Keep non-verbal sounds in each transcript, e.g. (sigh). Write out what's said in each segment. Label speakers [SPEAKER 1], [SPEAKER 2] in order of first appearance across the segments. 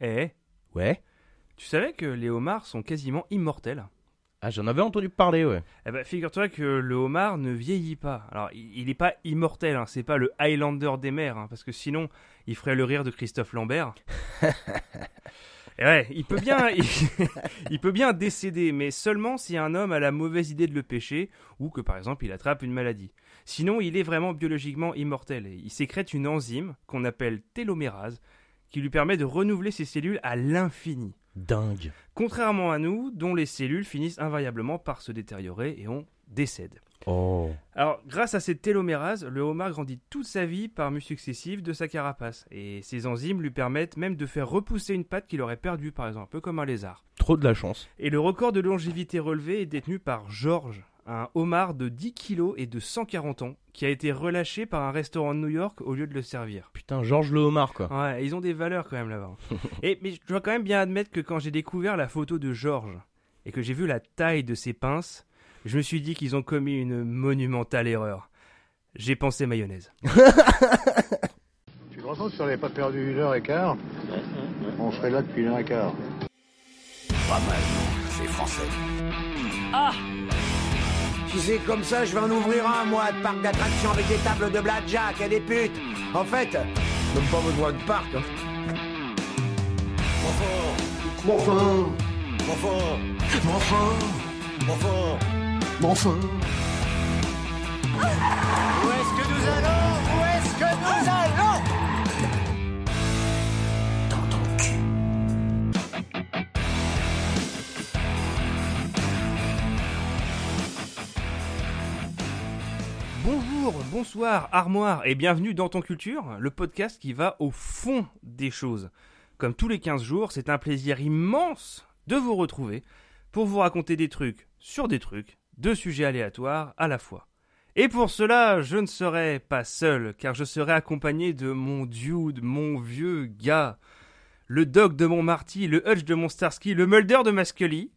[SPEAKER 1] Eh,
[SPEAKER 2] Ouais.
[SPEAKER 1] tu savais que les homards sont quasiment immortels
[SPEAKER 2] Ah, j'en avais entendu parler, ouais.
[SPEAKER 1] Eh ben, figure-toi que le homard ne vieillit pas. Alors, il n'est pas immortel, hein, c'est pas le Highlander des mers, hein, parce que sinon, il ferait le rire de Christophe Lambert. Et ouais, il peut bien, il, (laughs) il peut bien décéder, mais seulement si un homme a la mauvaise idée de le pêcher, ou que par exemple il attrape une maladie. Sinon, il est vraiment biologiquement immortel. Il sécrète une enzyme qu'on appelle télomérase, qui lui permet de renouveler ses cellules à l'infini.
[SPEAKER 2] Dingue.
[SPEAKER 1] Contrairement à nous, dont les cellules finissent invariablement par se détériorer et on décède.
[SPEAKER 2] Oh.
[SPEAKER 1] Alors, grâce à cette télomérase, le homard grandit toute sa vie par mues successives de sa carapace, et ces enzymes lui permettent même de faire repousser une patte qu'il aurait perdue, par exemple, un peu comme un lézard.
[SPEAKER 2] Trop de la chance.
[SPEAKER 1] Et le record de longévité relevé est détenu par George, un homard de 10 kilos et de 140 ans, qui a été relâché par un restaurant de New York au lieu de le servir.
[SPEAKER 2] Putain, Georges le homard, quoi.
[SPEAKER 1] Ouais, ils ont des valeurs quand même là-bas. et mais je dois quand même bien admettre que quand j'ai découvert la photo de Georges et que j'ai vu la taille de ses pinces, je me suis dit qu'ils ont commis une monumentale erreur. J'ai pensé mayonnaise.
[SPEAKER 3] Tu te rends compte si on n'avait pas perdu une heure et quart On serait là depuis une heure et quart.
[SPEAKER 4] Si c'est comme ça, je vais en ouvrir un, moi, de parc d'attractions avec des tables de blackjack et des putes. En fait, même pas besoin de parc. hein.
[SPEAKER 1] Bonjour, bonsoir, armoire et bienvenue dans Ton Culture, le podcast qui va au fond des choses. Comme tous les 15 jours, c'est un plaisir immense de vous retrouver pour vous raconter des trucs sur des trucs, deux sujets aléatoires à la fois. Et pour cela, je ne serai pas seul, car je serai accompagné de mon dude, mon vieux gars, le Doc de mon Marty, le Hutch de mon Starsky, le Mulder de ma Scully.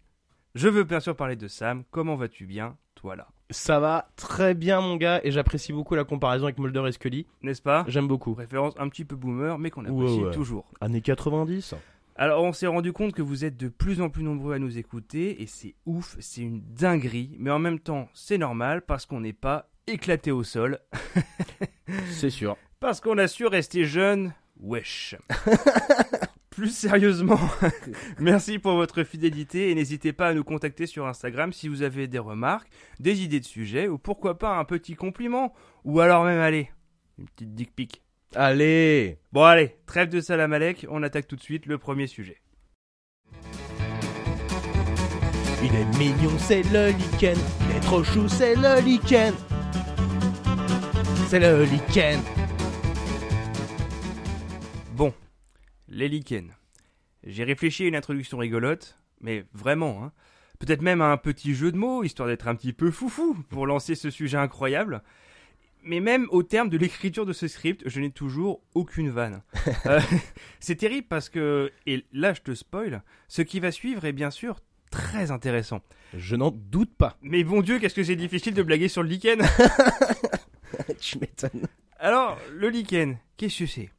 [SPEAKER 1] Je veux bien sûr parler de Sam, comment vas-tu bien, toi là
[SPEAKER 2] Ça va très bien, mon gars, et j'apprécie beaucoup la comparaison avec Mulder et Scully.
[SPEAKER 1] N'est-ce pas
[SPEAKER 2] J'aime beaucoup.
[SPEAKER 1] Référence un petit peu boomer, mais qu'on
[SPEAKER 2] Ouais,
[SPEAKER 1] apprécie
[SPEAKER 2] ouais.
[SPEAKER 1] toujours.
[SPEAKER 2] Années 90.
[SPEAKER 1] Alors, on s'est rendu compte que vous êtes de plus en plus nombreux à nous écouter, et c'est ouf, c'est une dinguerie, mais en même temps, c'est normal parce qu'on n'est pas éclaté au sol,
[SPEAKER 2] C'est sûr.
[SPEAKER 1] parce qu'on a su rester jeune, wesh.
[SPEAKER 2] (laughs)
[SPEAKER 1] plus sérieusement, (laughs) merci pour votre fidélité et n'hésitez pas à nous contacter sur Instagram si vous avez des remarques, des idées de sujets, ou pourquoi pas un petit compliment, ou alors même, allez, une petite dick pic.
[SPEAKER 2] Allez
[SPEAKER 1] Bon allez, trêve de Salamalek, on attaque tout de suite le premier sujet.
[SPEAKER 2] Il est mignon, c'est le lichen. Il est trop chou, c'est le lichen. C'est le lichen.
[SPEAKER 1] Bon, les lichens. J'ai réfléchi à une introduction rigolote, mais vraiment, hein. Peut-être même à un petit jeu de mots, histoire d'être un petit peu foufou pour lancer ce sujet incroyable. Mais même au terme de l'écriture de ce script, je n'ai toujours aucune vanne. Euh, c'est terrible parce que, et là je te spoil, ce qui va suivre est bien sûr très intéressant.
[SPEAKER 2] Je n'en doute pas.
[SPEAKER 1] Mais bon Dieu, qu'est-ce que c'est difficile de blaguer sur le lichen
[SPEAKER 2] (laughs) tu m'étonnes.
[SPEAKER 1] Alors, le lichen, qu'est-ce que c'est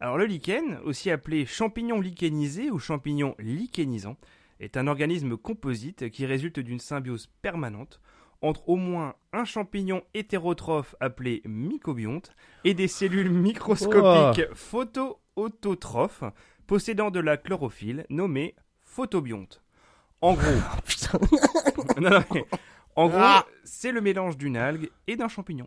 [SPEAKER 1] Alors, le lichen, aussi appelé champignon lichenisé ou champignon lichenisant, est un organisme composite qui résulte d'une symbiose permanente entre au moins un champignon hétérotrophe appelé mycobionte et des cellules microscopiques photo-autotrophes possédant de la chlorophylle nommée photobionte. En gros, (laughs)
[SPEAKER 2] Putain.
[SPEAKER 1] non, non, mais en gros,
[SPEAKER 2] Ah.
[SPEAKER 1] c'est le mélange d'une algue et d'un champignon.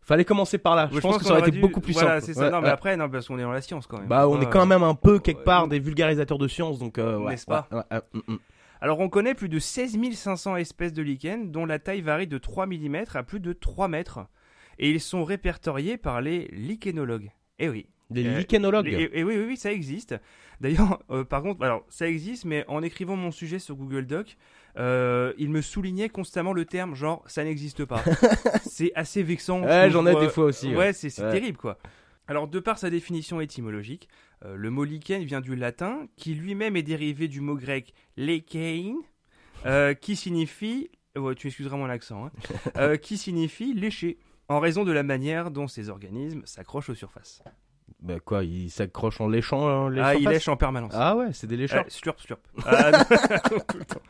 [SPEAKER 2] Fallait commencer par là.
[SPEAKER 1] Ouais,
[SPEAKER 2] je, pense que
[SPEAKER 1] qu'on
[SPEAKER 2] ça aurait
[SPEAKER 1] aurait
[SPEAKER 2] été
[SPEAKER 1] dû-
[SPEAKER 2] beaucoup plus
[SPEAKER 1] voilà,
[SPEAKER 2] simple.
[SPEAKER 1] c'est ça.
[SPEAKER 2] Ouais,
[SPEAKER 1] non, mais
[SPEAKER 2] ouais.
[SPEAKER 1] après, non, parce qu'on est dans la science quand même.
[SPEAKER 2] Bah, on
[SPEAKER 1] Ouais.
[SPEAKER 2] est quand même un peu quelque
[SPEAKER 1] ouais.
[SPEAKER 2] part des vulgarisateurs de sciences, donc euh, ouais,
[SPEAKER 1] N'est-ce pas
[SPEAKER 2] ouais, ouais, ouais, mm, mm.
[SPEAKER 1] Alors, on connaît plus de 16 500 espèces de lichens, dont la taille varie de 3 mm à plus de 3 mètres. Et ils sont répertoriés par les lichénologues. Eh oui.
[SPEAKER 2] Des
[SPEAKER 1] Euh,
[SPEAKER 2] lichenologues.
[SPEAKER 1] Les- Et, et oui, oui, oui, ça existe. D'ailleurs, (laughs) euh, par contre, alors ça existe, mais en écrivant mon sujet sur Google Doc, euh, il me soulignait constamment le terme genre ça n'existe
[SPEAKER 2] (laughs)
[SPEAKER 1] pas. c'est assez vexant. je
[SPEAKER 2] Ouais,
[SPEAKER 1] trouve,
[SPEAKER 2] j'en ai
[SPEAKER 1] euh,
[SPEAKER 2] des fois aussi. ouais.
[SPEAKER 1] Ouais, c'est c'est
[SPEAKER 2] Ouais.
[SPEAKER 1] terrible quoi. Alors, de par sa définition étymologique, euh, le mot lichen vient du latin, qui lui-même est dérivé du mot grec lekein, euh, qui signifie, ouais, tu excuseras mon
[SPEAKER 2] (laughs)
[SPEAKER 1] accent, hein, euh, qui signifie lécher, en raison de la manière dont ces organismes s'accrochent aux surfaces.
[SPEAKER 2] Bah quoi, il s'accroche en léchant en léchant
[SPEAKER 1] Ah, il
[SPEAKER 2] face
[SPEAKER 1] lèche en permanence.
[SPEAKER 2] Ah ouais, c'est des lécheurs.
[SPEAKER 1] Ouais, slurp, slurp. Ah, non, (laughs) tout le temps.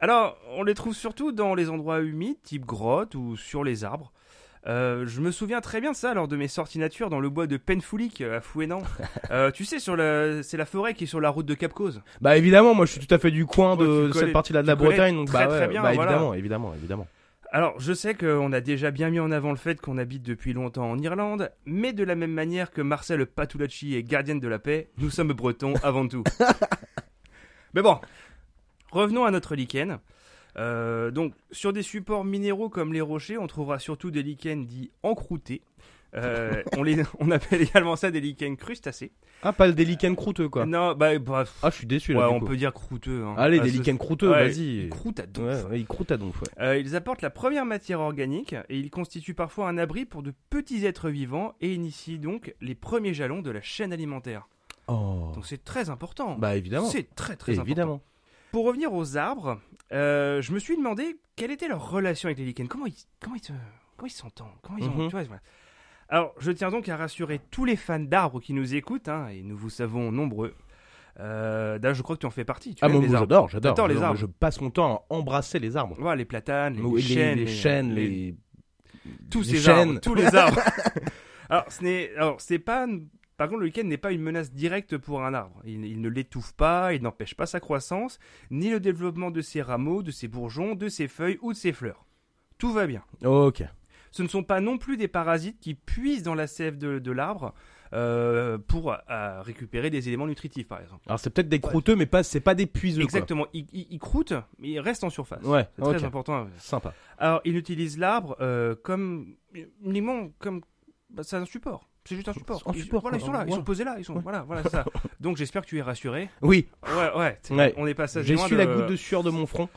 [SPEAKER 1] Alors, on les trouve surtout dans les endroits humides, type grotte ou sur les arbres. Euh, je me souviens très bien de ça lors de mes sorties nature dans le bois de Penfoulic euh, à Fouénan. Euh, tu sais, sur la... c'est la forêt qui est sur la route de Cap Cause.
[SPEAKER 2] Bah évidemment, moi je suis tout à fait du coin
[SPEAKER 1] Toi, tu
[SPEAKER 2] de
[SPEAKER 1] connais-
[SPEAKER 2] cette partie-là de la
[SPEAKER 1] tu connais
[SPEAKER 2] Bretagne, donc
[SPEAKER 1] très,
[SPEAKER 2] bah,
[SPEAKER 1] très
[SPEAKER 2] ouais,
[SPEAKER 1] bien,
[SPEAKER 2] bah
[SPEAKER 1] voilà.
[SPEAKER 2] évidemment, évidemment, évidemment.
[SPEAKER 1] Alors, je sais qu'on a déjà bien mis en avant le fait qu'on habite depuis longtemps en Irlande, mais de la même manière que Marcel Patulacci est gardienne de la paix, nous sommes bretons avant
[SPEAKER 2] (laughs)
[SPEAKER 1] tout. mais bon, revenons à notre lichen. Euh, donc, sur des supports minéraux comme les rochers, on trouvera surtout des lichens dits encroutés. Euh, on, les, on appelle également ça des lichens crustacés.
[SPEAKER 2] Ah, pas des lichens croûteux quoi.
[SPEAKER 1] Non, bah, bref,
[SPEAKER 2] Ah, je suis déçu
[SPEAKER 1] ouais,
[SPEAKER 2] là. du
[SPEAKER 1] on
[SPEAKER 2] coup.
[SPEAKER 1] peut dire croûteux. hein.
[SPEAKER 2] Allez,
[SPEAKER 1] Ah,
[SPEAKER 2] des
[SPEAKER 1] ce-
[SPEAKER 2] lichens croûteux,
[SPEAKER 1] Ouais,
[SPEAKER 2] vas-y.
[SPEAKER 1] ils croûtent à donf.
[SPEAKER 2] Ouais, ouais, ils croûtent à donf, ouais.
[SPEAKER 1] Euh, ils apportent la première matière organique et ils constituent parfois un abri pour de petits êtres vivants et initient donc les premiers jalons de la chaîne alimentaire.
[SPEAKER 2] Oh.
[SPEAKER 1] Donc c'est très important.
[SPEAKER 2] Bah évidemment.
[SPEAKER 1] c'est très très important.
[SPEAKER 2] évidemment.
[SPEAKER 1] Pour revenir aux arbres, euh, je me suis demandé quelle était leur relation avec les lichens. Comment ils comment ils se- comment ils s'entendent Comment ils ont-
[SPEAKER 2] Mhm.
[SPEAKER 1] tu vois, voilà. Alors, je tiens donc à rassurer tous les fans d'arbres qui nous écoutent, hein, et nous vous savons nombreux. Euh, D'ailleurs, je crois que tu en fais partie. Tu
[SPEAKER 2] Ah,
[SPEAKER 1] aimes
[SPEAKER 2] moi
[SPEAKER 1] les arbres.
[SPEAKER 2] j'adore, j'adore.
[SPEAKER 1] T'adores les
[SPEAKER 2] j'adore.
[SPEAKER 1] arbres.
[SPEAKER 2] Je passe mon temps à embrasser les arbres.
[SPEAKER 1] Voilà, les platanes, les,
[SPEAKER 2] Ou-
[SPEAKER 1] les chênes,
[SPEAKER 2] les chênes, les.
[SPEAKER 1] tous ces
[SPEAKER 2] les chênes.
[SPEAKER 1] arbres, tous les
[SPEAKER 2] (laughs)
[SPEAKER 1] arbres. alors, ce n'est, alors c'est pas, par contre, le lichen n'est pas une menace directe pour un arbre. Il, il ne l'étouffe pas, il n'empêche pas sa croissance, ni le développement de ses rameaux, de ses bourgeons, de ses feuilles ou de ses fleurs. Tout va bien.
[SPEAKER 2] Ok.
[SPEAKER 1] Ce ne sont pas non plus des parasites qui puisent dans la sève de, de l'arbre euh, pour euh, récupérer des éléments nutritifs, par exemple.
[SPEAKER 2] Alors c'est peut-être des croûteux, mais pas, c'est pas des puiseux. quoi.
[SPEAKER 1] Exactement. Ils il, il croûte, mais il reste en surface.
[SPEAKER 2] Ouais,
[SPEAKER 1] C'est très
[SPEAKER 2] ok.
[SPEAKER 1] important.
[SPEAKER 2] Sympa.
[SPEAKER 1] Alors, il utilise l'arbre euh, comme uniquement comme bah, c'est un support. C'est juste un support.
[SPEAKER 2] Un
[SPEAKER 1] Ils-
[SPEAKER 2] support,
[SPEAKER 1] voilà, ils
[SPEAKER 2] quoi.
[SPEAKER 1] sont là, ils
[SPEAKER 2] Ouais.
[SPEAKER 1] sont posés là, ils sont
[SPEAKER 2] Ouais.
[SPEAKER 1] voilà, voilà
[SPEAKER 2] (laughs)
[SPEAKER 1] c'est ça. Donc j'espère que tu es rassuré.
[SPEAKER 2] Oui,
[SPEAKER 1] Ouais, ouais. t'es-
[SPEAKER 2] Ouais.
[SPEAKER 1] On est passé.
[SPEAKER 2] j'ai
[SPEAKER 1] loin
[SPEAKER 2] su
[SPEAKER 1] de-
[SPEAKER 2] la goutte de sueur de mon front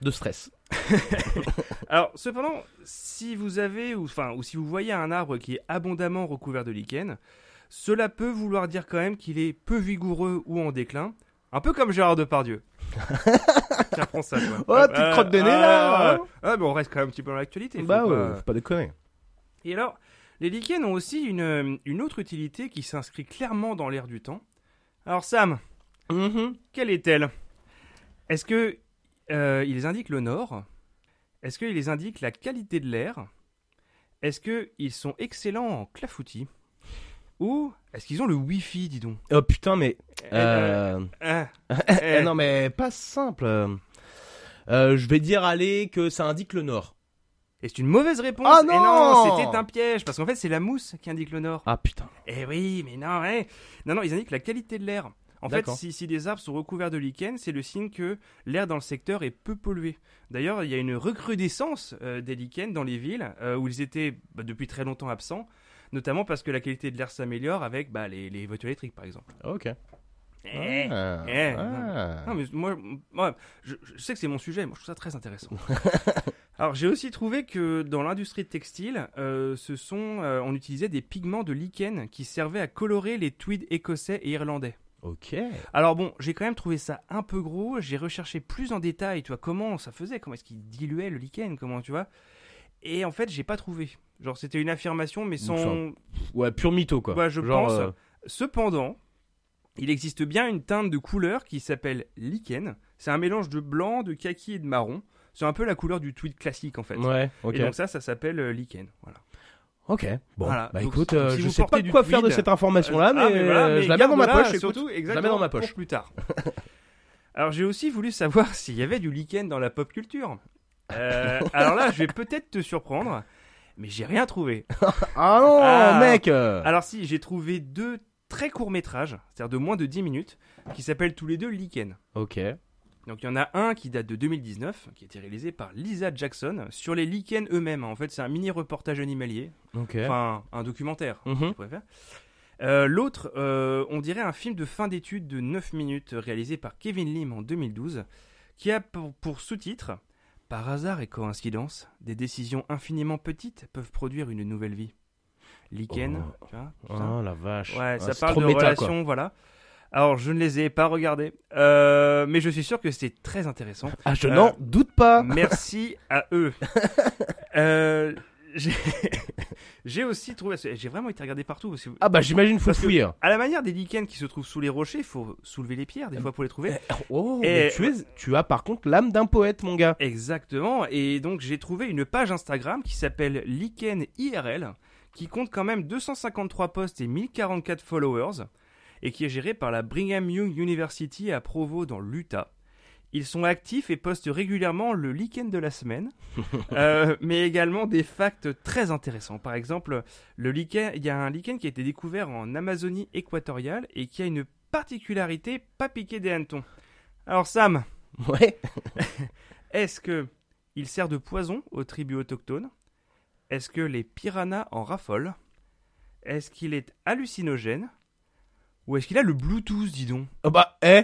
[SPEAKER 2] de stress.
[SPEAKER 1] Alors, cependant, si vous avez ou enfin ou si vous voyez un arbre qui est abondamment recouvert de lichen, cela peut vouloir dire quand même qu'il est peu vigoureux ou en déclin. Un peu comme Gérard
[SPEAKER 2] (laughs)
[SPEAKER 1] Depardieu. Tiens, prends ça, toi. Euh,
[SPEAKER 2] Oh, petite crotte de nez, là, hein.
[SPEAKER 1] ah, ah, mais on reste quand même un petit peu dans l'actualité. faut
[SPEAKER 2] bah
[SPEAKER 1] pas-
[SPEAKER 2] ouais, faut pas déconner.
[SPEAKER 1] Et alors, les lichens ont aussi une, euh, une autre utilité qui s'inscrit clairement dans l'air du temps. Alors Sam,
[SPEAKER 2] Mm-hmm.
[SPEAKER 1] quelle est-elle Est-ce que euh, ils indiquent le nord Est-ce qu'ils indiquent la qualité de l'air Est-ce qu'ils sont excellents en clafoutis Ou est-ce qu'ils ont le wifi, dis donc
[SPEAKER 2] Oh putain, mais.
[SPEAKER 1] Eh,
[SPEAKER 2] Euh...
[SPEAKER 1] euh, euh,
[SPEAKER 2] (laughs) eh, non, mais pas simple. Euh, je vais dire, allez, que ça indique le nord.
[SPEAKER 1] Et c'est une mauvaise réponse.
[SPEAKER 2] Ah
[SPEAKER 1] Eh
[SPEAKER 2] non
[SPEAKER 1] C'était un piège parce qu'en fait c'est la mousse qui indique le nord.
[SPEAKER 2] Ah putain.
[SPEAKER 1] Eh oui, mais non, ouais. Non, non, ils indiquent la qualité de l'air. En fait,
[SPEAKER 2] D'accord.
[SPEAKER 1] si, si des arbres sont recouverts de lichen, c'est le signe que l'air dans le secteur est peu pollué. D'ailleurs, il y a une recrudescence euh, des lichens dans les villes euh, où ils étaient bah, depuis très longtemps absents, notamment parce que la qualité de l'air s'améliore avec bah, les, les voitures électriques, par exemple.
[SPEAKER 2] Ok.
[SPEAKER 1] Eh.
[SPEAKER 2] Ah,
[SPEAKER 1] eh,
[SPEAKER 2] ah.
[SPEAKER 1] Non, mais moi, moi, je, je sais que c'est mon sujet, moi je trouve ça très intéressant. Alors, j'ai aussi trouvé que dans l'industrie textile, euh, ce sont, euh, on utilisait des pigments de lichen qui servaient à colorer les tweeds écossais et irlandais.
[SPEAKER 2] Ok.
[SPEAKER 1] Alors bon, j'ai quand même trouvé ça un peu gros, j'ai recherché plus en détail, tu vois, comment ça faisait, comment est-ce qu'ils diluaient le lichen, comment, tu vois. Et en fait, j'ai pas trouvé. Genre, c'était une affirmation, mais sans...
[SPEAKER 2] Enfin, Ouais, pur mytho quoi.
[SPEAKER 1] Ouais, Bah, je
[SPEAKER 2] Genre,
[SPEAKER 1] pense.
[SPEAKER 2] euh,
[SPEAKER 1] Cependant, il existe bien une teinte de couleur qui s'appelle lichen. C'est un mélange de blanc, de kaki et de marron. C'est un peu la couleur du tweed classique en fait.
[SPEAKER 2] Ouais, ok.
[SPEAKER 1] Et donc ça, ça s'appelle euh, lichen. Voilà.
[SPEAKER 2] Ok. Bon,
[SPEAKER 1] Voilà.
[SPEAKER 2] bah
[SPEAKER 1] Donc,
[SPEAKER 2] écoute,
[SPEAKER 1] si-
[SPEAKER 2] euh,
[SPEAKER 1] si
[SPEAKER 2] je
[SPEAKER 1] vous
[SPEAKER 2] sais
[SPEAKER 1] portez
[SPEAKER 2] pas
[SPEAKER 1] du
[SPEAKER 2] quoi faire de
[SPEAKER 1] tweed,
[SPEAKER 2] cette information-là, mais,
[SPEAKER 1] Ah, voilà,
[SPEAKER 2] euh, je la mets dans ma
[SPEAKER 1] garde-la,
[SPEAKER 2] poche, écoute.
[SPEAKER 1] surtout, exactement,
[SPEAKER 2] dans ma
[SPEAKER 1] pour
[SPEAKER 2] poche.
[SPEAKER 1] plus
[SPEAKER 2] (laughs)
[SPEAKER 1] tard. alors j'ai aussi voulu savoir (laughs) s'il y avait du lichen dans la pop culture.
[SPEAKER 2] (laughs)
[SPEAKER 1] Euh, alors là, je vais peut-être te surprendre, mais j'ai rien trouvé.
[SPEAKER 2] Ah non,
[SPEAKER 1] Ah.
[SPEAKER 2] mec euh,
[SPEAKER 1] Alors si, j'ai trouvé deux très courts métrages, c'est-à-dire de moins de 10 minutes, qui s'appellent tous les deux Lichen.
[SPEAKER 2] Ok.
[SPEAKER 1] Donc il y en a un qui date de 2019, qui a été réalisé par Lisa Jackson, sur les lichens eux-mêmes. En fait, c'est un mini reportage animalier,
[SPEAKER 2] Ok.
[SPEAKER 1] enfin un documentaire,
[SPEAKER 2] Mhm.
[SPEAKER 1] je préfère. Euh, L'autre, euh, on dirait un film de fin d'études de 9 minutes, réalisé par Kevin Lim en 2012, qui a pour, pour sous-titre Par hasard et coïncidence, des décisions infiniment petites peuvent produire une nouvelle vie. Lichen,
[SPEAKER 2] Oh.
[SPEAKER 1] tu vois, tout ça.
[SPEAKER 2] Ah la vache.
[SPEAKER 1] Ouais,
[SPEAKER 2] Ah,
[SPEAKER 1] ça
[SPEAKER 2] c'est
[SPEAKER 1] parle
[SPEAKER 2] trop
[SPEAKER 1] de
[SPEAKER 2] méta, quoi.
[SPEAKER 1] relations, voilà. Alors, je ne les ai pas regardés, euh, mais je suis sûr que c'est
[SPEAKER 2] (laughs)
[SPEAKER 1] euh, très intéressant.
[SPEAKER 2] Ah, je
[SPEAKER 1] Euh,
[SPEAKER 2] (laughs) n'en doute pas.
[SPEAKER 1] Merci à eux. Euh, j'ai- (laughs) j'ai aussi trouvé. J'ai vraiment été regardé partout parce que.
[SPEAKER 2] Ah bah j'imagine faut
[SPEAKER 1] Parce que-
[SPEAKER 2] fouiller.
[SPEAKER 1] (laughs) À la manière des lichens qui se trouvent sous les rochers, faut soulever les pierres
[SPEAKER 2] Euh,
[SPEAKER 1] des fois pour les trouver.
[SPEAKER 2] Oh,
[SPEAKER 1] Et-
[SPEAKER 2] mais tu, es, tu as par contre l'âme d'un poète, mon
[SPEAKER 1] (laughs)
[SPEAKER 2] gars.
[SPEAKER 1] Exactement. Et donc j'ai trouvé une page Instagram qui s'appelle Lichen IRL, qui compte quand même 253 posts et 1044 followers, et qui est gérée par la Brigham Young University à Provo dans l'Utah. Ils sont actifs et postent régulièrement le lichen de la semaine, euh, mais également des facts très intéressants. Par exemple, le lichen, il y a un lichen qui a été découvert en Amazonie équatoriale et qui a une particularité pas piquer des hannetons. Alors Sam,
[SPEAKER 2] Ouais.
[SPEAKER 1] est-ce que il sert de poison aux tribus autochtones Est-ce que les piranhas en raffolent Est-ce qu'il est hallucinogène Ou est-ce qu'il a le Bluetooth, dis donc
[SPEAKER 2] Ah bah, eh.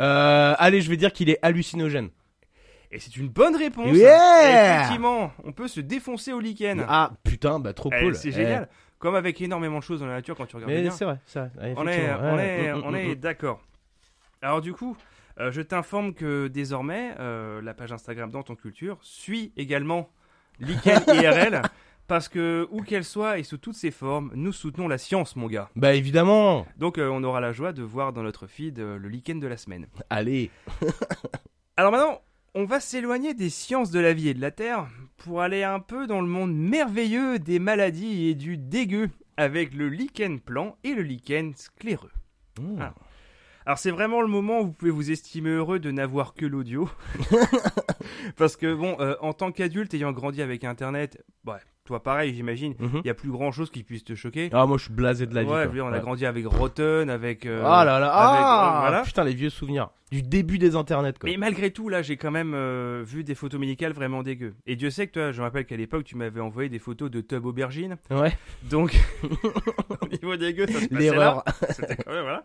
[SPEAKER 2] Euh, allez, je vais dire qu'il est hallucinogène.
[SPEAKER 1] Et c'est une bonne réponse
[SPEAKER 2] Yeah
[SPEAKER 1] Effectivement, on peut se défoncer au lichen
[SPEAKER 2] Ah putain, bah trop
[SPEAKER 1] Eh,
[SPEAKER 2] cool.
[SPEAKER 1] C'est
[SPEAKER 2] Eh.
[SPEAKER 1] génial Comme avec énormément de choses dans la nature quand tu regardes
[SPEAKER 2] Mais
[SPEAKER 1] bien.
[SPEAKER 2] c'est vrai, c'est vrai. Ouais,
[SPEAKER 1] On est,
[SPEAKER 2] effectivement.
[SPEAKER 1] on
[SPEAKER 2] Ouais.
[SPEAKER 1] est,
[SPEAKER 2] Mm, mm,
[SPEAKER 1] on
[SPEAKER 2] mm,
[SPEAKER 1] est
[SPEAKER 2] mm.
[SPEAKER 1] d'accord. Alors du coup, euh, je t'informe que désormais, euh, la page Instagram dans ton culture suit également Lichen
[SPEAKER 2] (laughs)
[SPEAKER 1] IRL parce que où qu'elle soit et sous toutes ses formes, nous soutenons la science, mon gars.
[SPEAKER 2] Bah évidemment.
[SPEAKER 1] Donc euh, on aura la joie de voir dans notre feed euh, le lichen de la semaine.
[SPEAKER 2] Allez.
[SPEAKER 1] Alors maintenant, on va s'éloigner des sciences de la vie et de la terre pour aller un peu dans le monde merveilleux des maladies et du dégueu avec le lichen plan et le lichen scléreux.
[SPEAKER 2] Mm.
[SPEAKER 1] Ah. Alors c'est vraiment le moment où vous pouvez vous estimer heureux de n'avoir que
[SPEAKER 2] (laughs)
[SPEAKER 1] l'audio. Parce que bon, euh, en tant qu'adulte ayant grandi avec Internet, ouais, toi pareil j'imagine,
[SPEAKER 2] Mhm.
[SPEAKER 1] il n'y a plus grand chose qui puisse te choquer.
[SPEAKER 2] Ah moi je suis blasé de la vie.
[SPEAKER 1] ouais,
[SPEAKER 2] quoi.
[SPEAKER 1] puis on a
[SPEAKER 2] Ouais.
[SPEAKER 1] grandi avec Rotten, avec... euh,
[SPEAKER 2] Ah là là,
[SPEAKER 1] avec-
[SPEAKER 2] ah
[SPEAKER 1] euh, voilà.
[SPEAKER 2] putain les vieux souvenirs du début des internets quoi.
[SPEAKER 1] Mais malgré tout, là, j'ai quand même euh, vu des photos médicales vraiment dégueu. Et Dieu sait que toi, je me rappelle qu'à l'époque, tu m'avais envoyé des photos de tub aubergine.
[SPEAKER 2] Ouais. (laughs)
[SPEAKER 1] Donc, (laughs) au niveau dégueu, ça se passait là.
[SPEAKER 2] L'erreur.
[SPEAKER 1] C'était (laughs) quand même, voilà.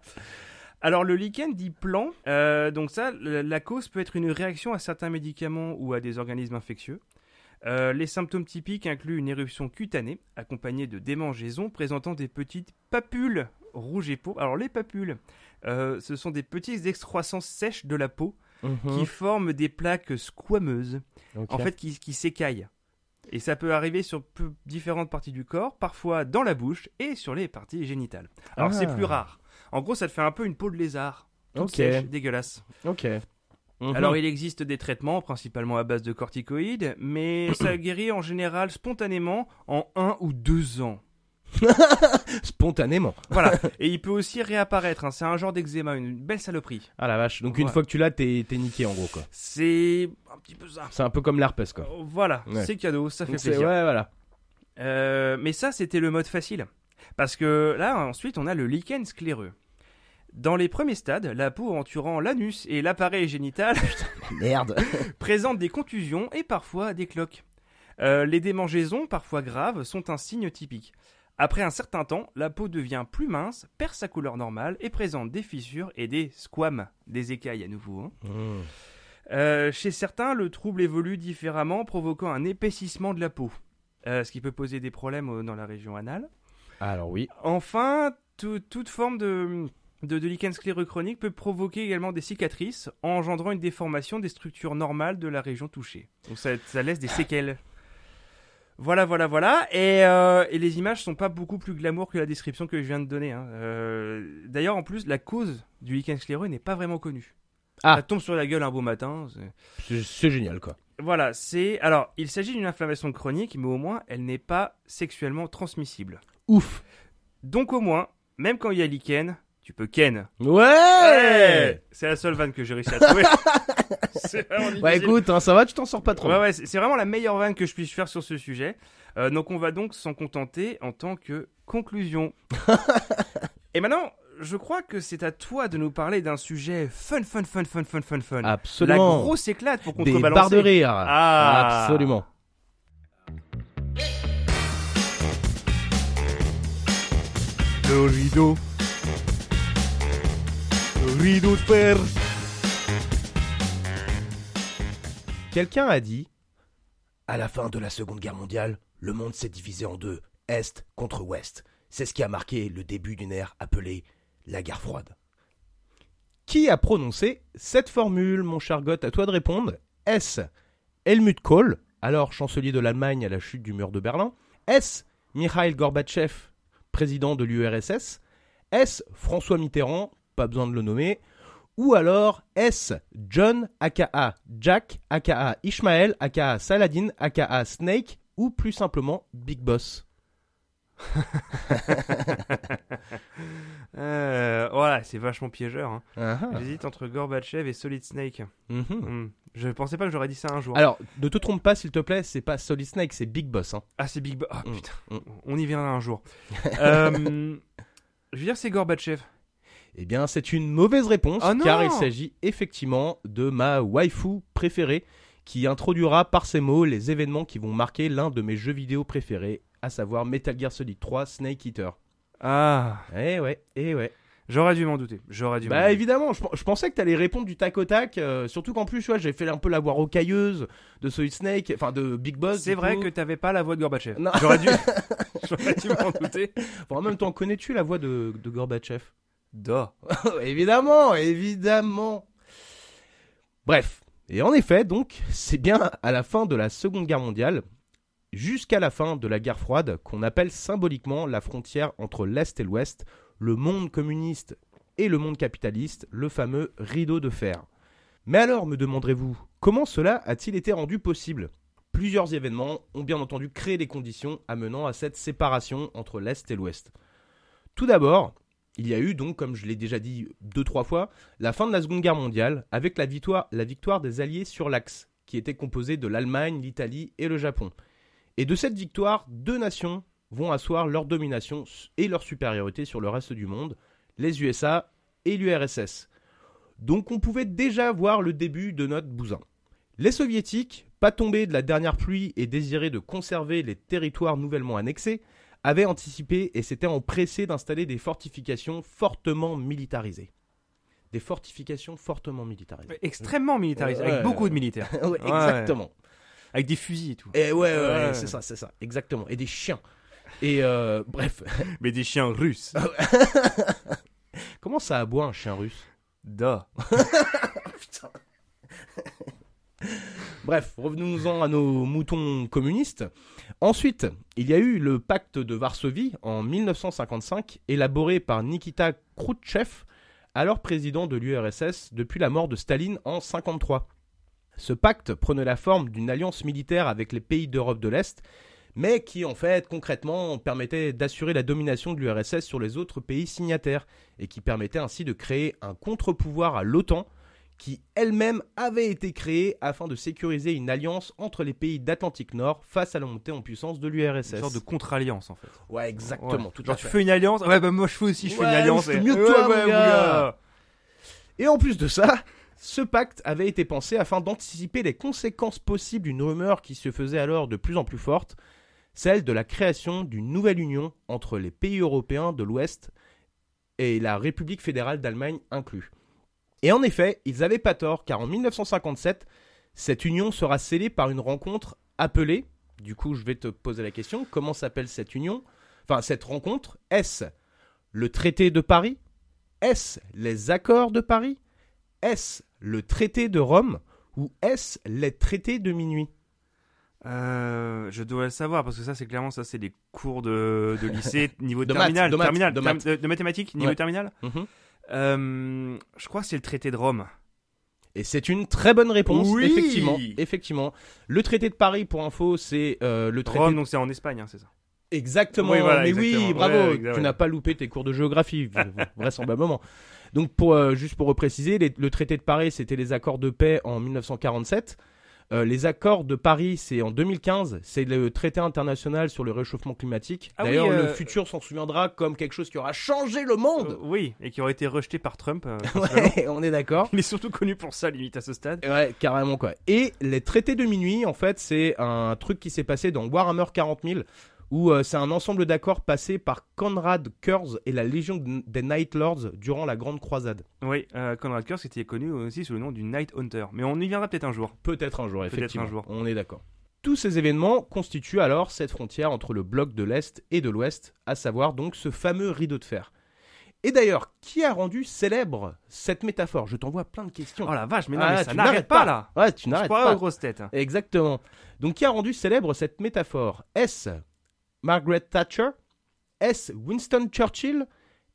[SPEAKER 1] Alors le lichen dit plan, Euh, donc ça, la la cause peut être une réaction à certains médicaments ou à des organismes infectieux. Euh, les symptômes typiques incluent une éruption cutanée accompagnée de démangeaisons présentant des petites papules rouges et pauvres. Alors les papules, euh, ce sont des petites excroissances sèches de la peau
[SPEAKER 2] (laughs) Hein.
[SPEAKER 1] qui forment des plaques squameuses,
[SPEAKER 2] Mhm. Ok.
[SPEAKER 1] en fait qui, qui s'écaillent. Et ça peut arriver sur peu- différentes parties du corps, parfois dans la bouche et sur les parties génitales. Alors
[SPEAKER 2] Ah.
[SPEAKER 1] c'est plus rare. En gros, ça te fait un peu une peau de lézard. Toute
[SPEAKER 2] Ok.
[SPEAKER 1] sèche, dégueulasse.
[SPEAKER 2] Ok. Mhm.
[SPEAKER 1] Alors il existe des traitements, principalement à base de corticoïdes,
[SPEAKER 2] (clears throat)
[SPEAKER 1] mais ça guérit en général spontanément en un ou deux
[SPEAKER 2] (laughs)
[SPEAKER 1] ans.
[SPEAKER 2] spontanément.
[SPEAKER 1] Voilà. et il peut aussi réapparaître. hein. C'est un genre d'eczéma, une belle saloperie.
[SPEAKER 2] Ah la vache. Donc une
[SPEAKER 1] Ouais.
[SPEAKER 2] fois que tu l'as, t'es t'es niqué en gros quoi.
[SPEAKER 1] C'est un petit peu ça.
[SPEAKER 2] C'est un peu comme l'herpès quoi.
[SPEAKER 1] Voilà,
[SPEAKER 2] Ouais.
[SPEAKER 1] c'est cadeau, ça fait
[SPEAKER 2] Donc, c'est-
[SPEAKER 1] plaisir.
[SPEAKER 2] Ouais voilà.
[SPEAKER 1] Euh, mais ça, c'était le mode facile. Parce que là, ensuite, on a le lichen scléreux. Dans les premiers stades, la peau entourant l'anus et l'appareil génital (laughs)
[SPEAKER 2] Merde.
[SPEAKER 1] présente des contusions et parfois des cloques. Euh, les démangeaisons, parfois graves, sont un signe typique. Après un certain temps, la peau devient plus mince, perd sa couleur normale et présente des fissures et des squames, des écailles à nouveau. hein.
[SPEAKER 2] Mm.
[SPEAKER 1] Euh, chez certains, le trouble évolue différemment, provoquant un épaississement de la peau, euh, ce qui peut poser des problèmes euh, dans la région anale.
[SPEAKER 2] Alors oui.
[SPEAKER 1] Enfin, tout- toute forme de, de, de lichen scléreux chronique peut provoquer également des cicatrices, engendrant une déformation des structures normales de la région touchée. Donc ça, ça laisse des séquelles. Voilà, voilà, voilà. Et, euh, et les images sont pas beaucoup plus glamour que la description que je viens de donner. hein. Euh, D'ailleurs, en plus, la cause du lichen scléreux n'est pas vraiment connue.
[SPEAKER 2] Ah.
[SPEAKER 1] Ça tombe sur la gueule un beau matin. c'est-
[SPEAKER 2] C'est- C'est génial quoi.
[SPEAKER 1] Voilà, c'est. Alors, il s'agit d'une inflammation chronique, mais au moins, elle n'est pas sexuellement transmissible.
[SPEAKER 2] Ouf.
[SPEAKER 1] Donc au moins, même quand il y a lichen, tu peux ken.
[SPEAKER 2] Ouais.
[SPEAKER 1] C'est la seule vanne que j'ai réussi à
[SPEAKER 2] (laughs)
[SPEAKER 1] trouver. c'est vraiment difficile.
[SPEAKER 2] Bah écoute, hein, ça va, tu t'en sors pas trop.
[SPEAKER 1] Ouais, ouais, c'est c'est vraiment la meilleure vanne que je puisse faire sur ce sujet. Euh, donc on va donc s'en contenter en tant que
[SPEAKER 2] (laughs)
[SPEAKER 1] conclusion. Et maintenant, je crois que c'est à toi de nous parler d'un sujet fun, fun, fun, fun, fun, fun, fun. La
[SPEAKER 2] Absolument.
[SPEAKER 1] grosse éclate pour
[SPEAKER 2] Des
[SPEAKER 1] contrebalancer.
[SPEAKER 2] barres de rire.
[SPEAKER 1] Ah.
[SPEAKER 2] Absolument.
[SPEAKER 1] Le rideau. rideau de fer.
[SPEAKER 2] Quelqu'un a dit.
[SPEAKER 4] À la fin de la Seconde Guerre mondiale, le monde s'est divisé en deux, Est contre Ouest. C'est ce qui a marqué le début d'une ère appelée la guerre froide.
[SPEAKER 2] Qui a prononcé cette formule, mon cher Goth À toi de répondre. S. Helmut Kohl, alors chancelier de l'Allemagne à la chute du mur de Berlin Est-ce Mikhail Gorbatchev, président de l'URSS Est-ce François Mitterrand Pas besoin de le nommer. Ou alors est-ce John aka Jack aka Ishmael aka Saladin aka Snake ou plus simplement Big Boss
[SPEAKER 1] (laughs) Euh, voilà, c'est vachement piégeur. hein.
[SPEAKER 2] Ah ah.
[SPEAKER 1] J'hésite entre Gorbatchev et Solid Snake.
[SPEAKER 2] Mhm.
[SPEAKER 1] Hmm. Je pensais pas que j'aurais dit ça un jour.
[SPEAKER 2] Alors, ne te trompe pas s'il te plaît, c'est pas Solid Snake, c'est Big Boss. hein.
[SPEAKER 1] Ah, c'est Big Bo- Ah,
[SPEAKER 2] Mm,
[SPEAKER 1] putain,
[SPEAKER 2] mm.
[SPEAKER 1] on y viendra un
[SPEAKER 2] (laughs)
[SPEAKER 1] jour. Euh, je veux dire, c'est Gorbatchev.
[SPEAKER 2] Eh bien, c'est une mauvaise réponse,
[SPEAKER 1] Oh non
[SPEAKER 2] car il s'agit effectivement de ma waifu préférée, qui introduira par ses mots les événements qui vont marquer l'un de mes jeux vidéo préférés, à savoir Metal Gear Solid 3 Snake Eater.
[SPEAKER 1] Ah,
[SPEAKER 2] Eh ouais, eh ouais.
[SPEAKER 1] j'aurais dû m'en douter. J'aurais dû. m'en
[SPEAKER 2] Bah
[SPEAKER 1] douter.
[SPEAKER 2] évidemment, je, pen- je pensais que t'allais répondre du tac au tac, euh, surtout qu'en plus, tu vois, j'ai fait un peu la voix rocailleuse de Solid Snake, enfin de Big Boss.
[SPEAKER 1] C'est
[SPEAKER 2] du
[SPEAKER 1] vrai
[SPEAKER 2] coup.
[SPEAKER 1] que t'avais pas la voix de
[SPEAKER 2] (laughs)
[SPEAKER 1] Gorbatchev.
[SPEAKER 2] Non.
[SPEAKER 1] J'aurais dû. j'aurais dû m'en douter.
[SPEAKER 2] Bon, en même temps, connais-tu la voix de, de Gorbatchev
[SPEAKER 1] Da.
[SPEAKER 2] (laughs) évidemment, évidemment. Bref, et en effet, donc, c'est bien à la fin de la Seconde Guerre mondiale, jusqu'à la fin de la guerre froide, qu'on appelle symboliquement la frontière entre l'Est et l'Ouest, le monde communiste et le monde capitaliste, le fameux rideau de fer. Mais alors, me demanderez-vous, comment cela a-t-il été rendu possible Plusieurs événements ont bien entendu créé des conditions amenant à cette séparation entre l'Est et l'Ouest. Tout d'abord, il y a eu donc, comme je l'ai déjà dit deux trois fois, la fin de la Seconde Guerre mondiale avec la victoire, la victoire des Alliés sur l'Axe, qui était composée de l'Allemagne, l'Italie et le Japon. Et de cette victoire, deux nations vont asseoir leur domination et leur supériorité sur le reste du monde, les USA et l'URSS. Donc on pouvait déjà voir le début de notre bousin. Les soviétiques, pas tombés de la dernière pluie et désirés de conserver les territoires nouvellement annexés, avaient anticipé et s'étaient empressés d'installer des fortifications fortement militarisées. Des fortifications fortement militarisées.
[SPEAKER 1] (laughs) Extrêmement militariste,
[SPEAKER 2] Ouais.
[SPEAKER 1] avec beaucoup de militaires,
[SPEAKER 2] (laughs) Ouais, exactement.
[SPEAKER 1] avec des fusils et tout.
[SPEAKER 2] Et Eh ouais, ouais, ouais,
[SPEAKER 1] Ouais.
[SPEAKER 2] c'est ça, c'est ça, exactement. Et des chiens. Et euh, (laughs) bref,
[SPEAKER 1] Mais des chiens russes.
[SPEAKER 2] comment ça aboie un chien russe
[SPEAKER 1] Da.
[SPEAKER 2] Bref, revenons-en à nos moutons communistes. Ensuite, il y a eu le pacte de Varsovie en 1955, élaboré par Nikita Khrouchtchev, alors président de l'URSS depuis la mort de Staline en 1953. Ce pacte prenait la forme d'une alliance militaire avec les pays d'Europe de l'Est, mais qui en fait concrètement permettait d'assurer la domination de l'URSS sur les autres pays signataires, et qui permettait ainsi de créer un contre-pouvoir à l'OTAN qui elle-même avait été créée afin de sécuriser une alliance entre les pays d'Atlantique Nord face à la montée en puissance de l'URSS.
[SPEAKER 1] Une sorte de contre-alliance en fait.
[SPEAKER 2] Ouais, exactement,
[SPEAKER 1] Ouais.
[SPEAKER 2] tout
[SPEAKER 1] Genre,
[SPEAKER 2] à
[SPEAKER 1] tu
[SPEAKER 2] fait.
[SPEAKER 1] fais une alliance. Ouais, bah moi je fais aussi, je fais
[SPEAKER 2] Ouais,
[SPEAKER 1] une alliance.
[SPEAKER 2] je fais
[SPEAKER 1] et-
[SPEAKER 2] mieux que toi,
[SPEAKER 1] Ouais,
[SPEAKER 2] mon
[SPEAKER 1] ouais,
[SPEAKER 2] gars. Et en plus de ça, ce pacte avait été pensé afin d'anticiper les conséquences possibles d'une rumeur qui se faisait alors de plus en plus forte, celle de la création d'une nouvelle union entre les pays européens de l'Ouest et la République fédérale d'Allemagne inclus. Et en effet, ils avaient pas tort, car en 1957, cette union sera scellée par une rencontre appelée, du coup je vais te poser la question, comment s'appelle cette union Enfin, cette rencontre, est-ce le traité de Paris est-ce les accords de Paris Est-ce le traité de Rome Ou est-ce les traités de minuit
[SPEAKER 1] Euh, je dois le savoir parce que ça, c'est clairement ça, c'est des cours de, de
[SPEAKER 2] (laughs)
[SPEAKER 1] lycée niveau
[SPEAKER 2] De maths,
[SPEAKER 1] terminal,
[SPEAKER 2] de maths,
[SPEAKER 1] terminal,
[SPEAKER 2] de
[SPEAKER 1] term-
[SPEAKER 2] maths.
[SPEAKER 1] de mathématiques niveau
[SPEAKER 2] Ouais. Mhm.
[SPEAKER 1] terminal. Euh, je crois que c'est le traité de Rome.
[SPEAKER 2] Et c'est une très bonne réponse,
[SPEAKER 1] Oui
[SPEAKER 2] effectivement. Effectivement. Le traité de Paris, pour info, c'est euh, le traité...
[SPEAKER 1] Rome, donc c'est en Espagne, hein, c'est ça.
[SPEAKER 2] Exactement,
[SPEAKER 1] Oui, voilà,
[SPEAKER 2] mais oui,
[SPEAKER 1] exactement.
[SPEAKER 2] bravo,
[SPEAKER 1] Ouais, exact,
[SPEAKER 2] tu
[SPEAKER 1] ouais.
[SPEAKER 2] n'as pas loupé tes cours de géographie, v- (laughs) vraisemblablement. Donc pour, euh, juste pour repréciser, les- le traité de Paris, c'était les accords de paix en 1947. Euh, les accords de Paris, c'est en 2015, c'est le traité international sur le réchauffement climatique.
[SPEAKER 1] Ah oui,
[SPEAKER 2] D'ailleurs, le
[SPEAKER 1] euh,
[SPEAKER 2] futur s'en souviendra comme quelque chose qui aura changé le monde.
[SPEAKER 1] Euh, oui, et qui aurait été rejeté par Trump.
[SPEAKER 2] (laughs)
[SPEAKER 1] euh, principalement.
[SPEAKER 2] ouais, on est d'accord.
[SPEAKER 1] Il est surtout connu pour ça, limite à ce stade.
[SPEAKER 2] Ouais, carrément quoi. Et les traités de minuit, en fait, c'est un truc qui s'est passé dans Warhammer 40 000, où euh, c'est un ensemble d'accords passés par Conrad Kurz et la Légion des Night Lords durant la Grande Croisade.
[SPEAKER 1] Oui, euh, Conrad Kurz était connu aussi sous le nom du Night Hunter. Mais on y viendra peut-être un jour.
[SPEAKER 2] Peut-être un jour,
[SPEAKER 1] Peut-être
[SPEAKER 2] effectivement.
[SPEAKER 1] un jour.
[SPEAKER 2] On est d'accord. Tous ces événements constituent alors cette frontière entre le bloc de l'Est et de l'Ouest, à savoir donc ce fameux rideau de fer. Et d'ailleurs, qui a rendu célèbre cette métaphore Je t'envoie plein de questions.
[SPEAKER 1] Oh la vache, mais non,
[SPEAKER 2] Ah,
[SPEAKER 1] mais ça
[SPEAKER 2] tu
[SPEAKER 1] n'arrête
[SPEAKER 2] n'arrêtes
[SPEAKER 1] pas, là.
[SPEAKER 2] ouais, tu
[SPEAKER 1] On se
[SPEAKER 2] n'arrêtes
[SPEAKER 1] croirait
[SPEAKER 2] pas.
[SPEAKER 1] aux grosses têtes. hein.
[SPEAKER 2] Exactement. Donc, qui a rendu célèbre cette métaphore Est-ce Margaret Thatcher Est-ce Winston Churchill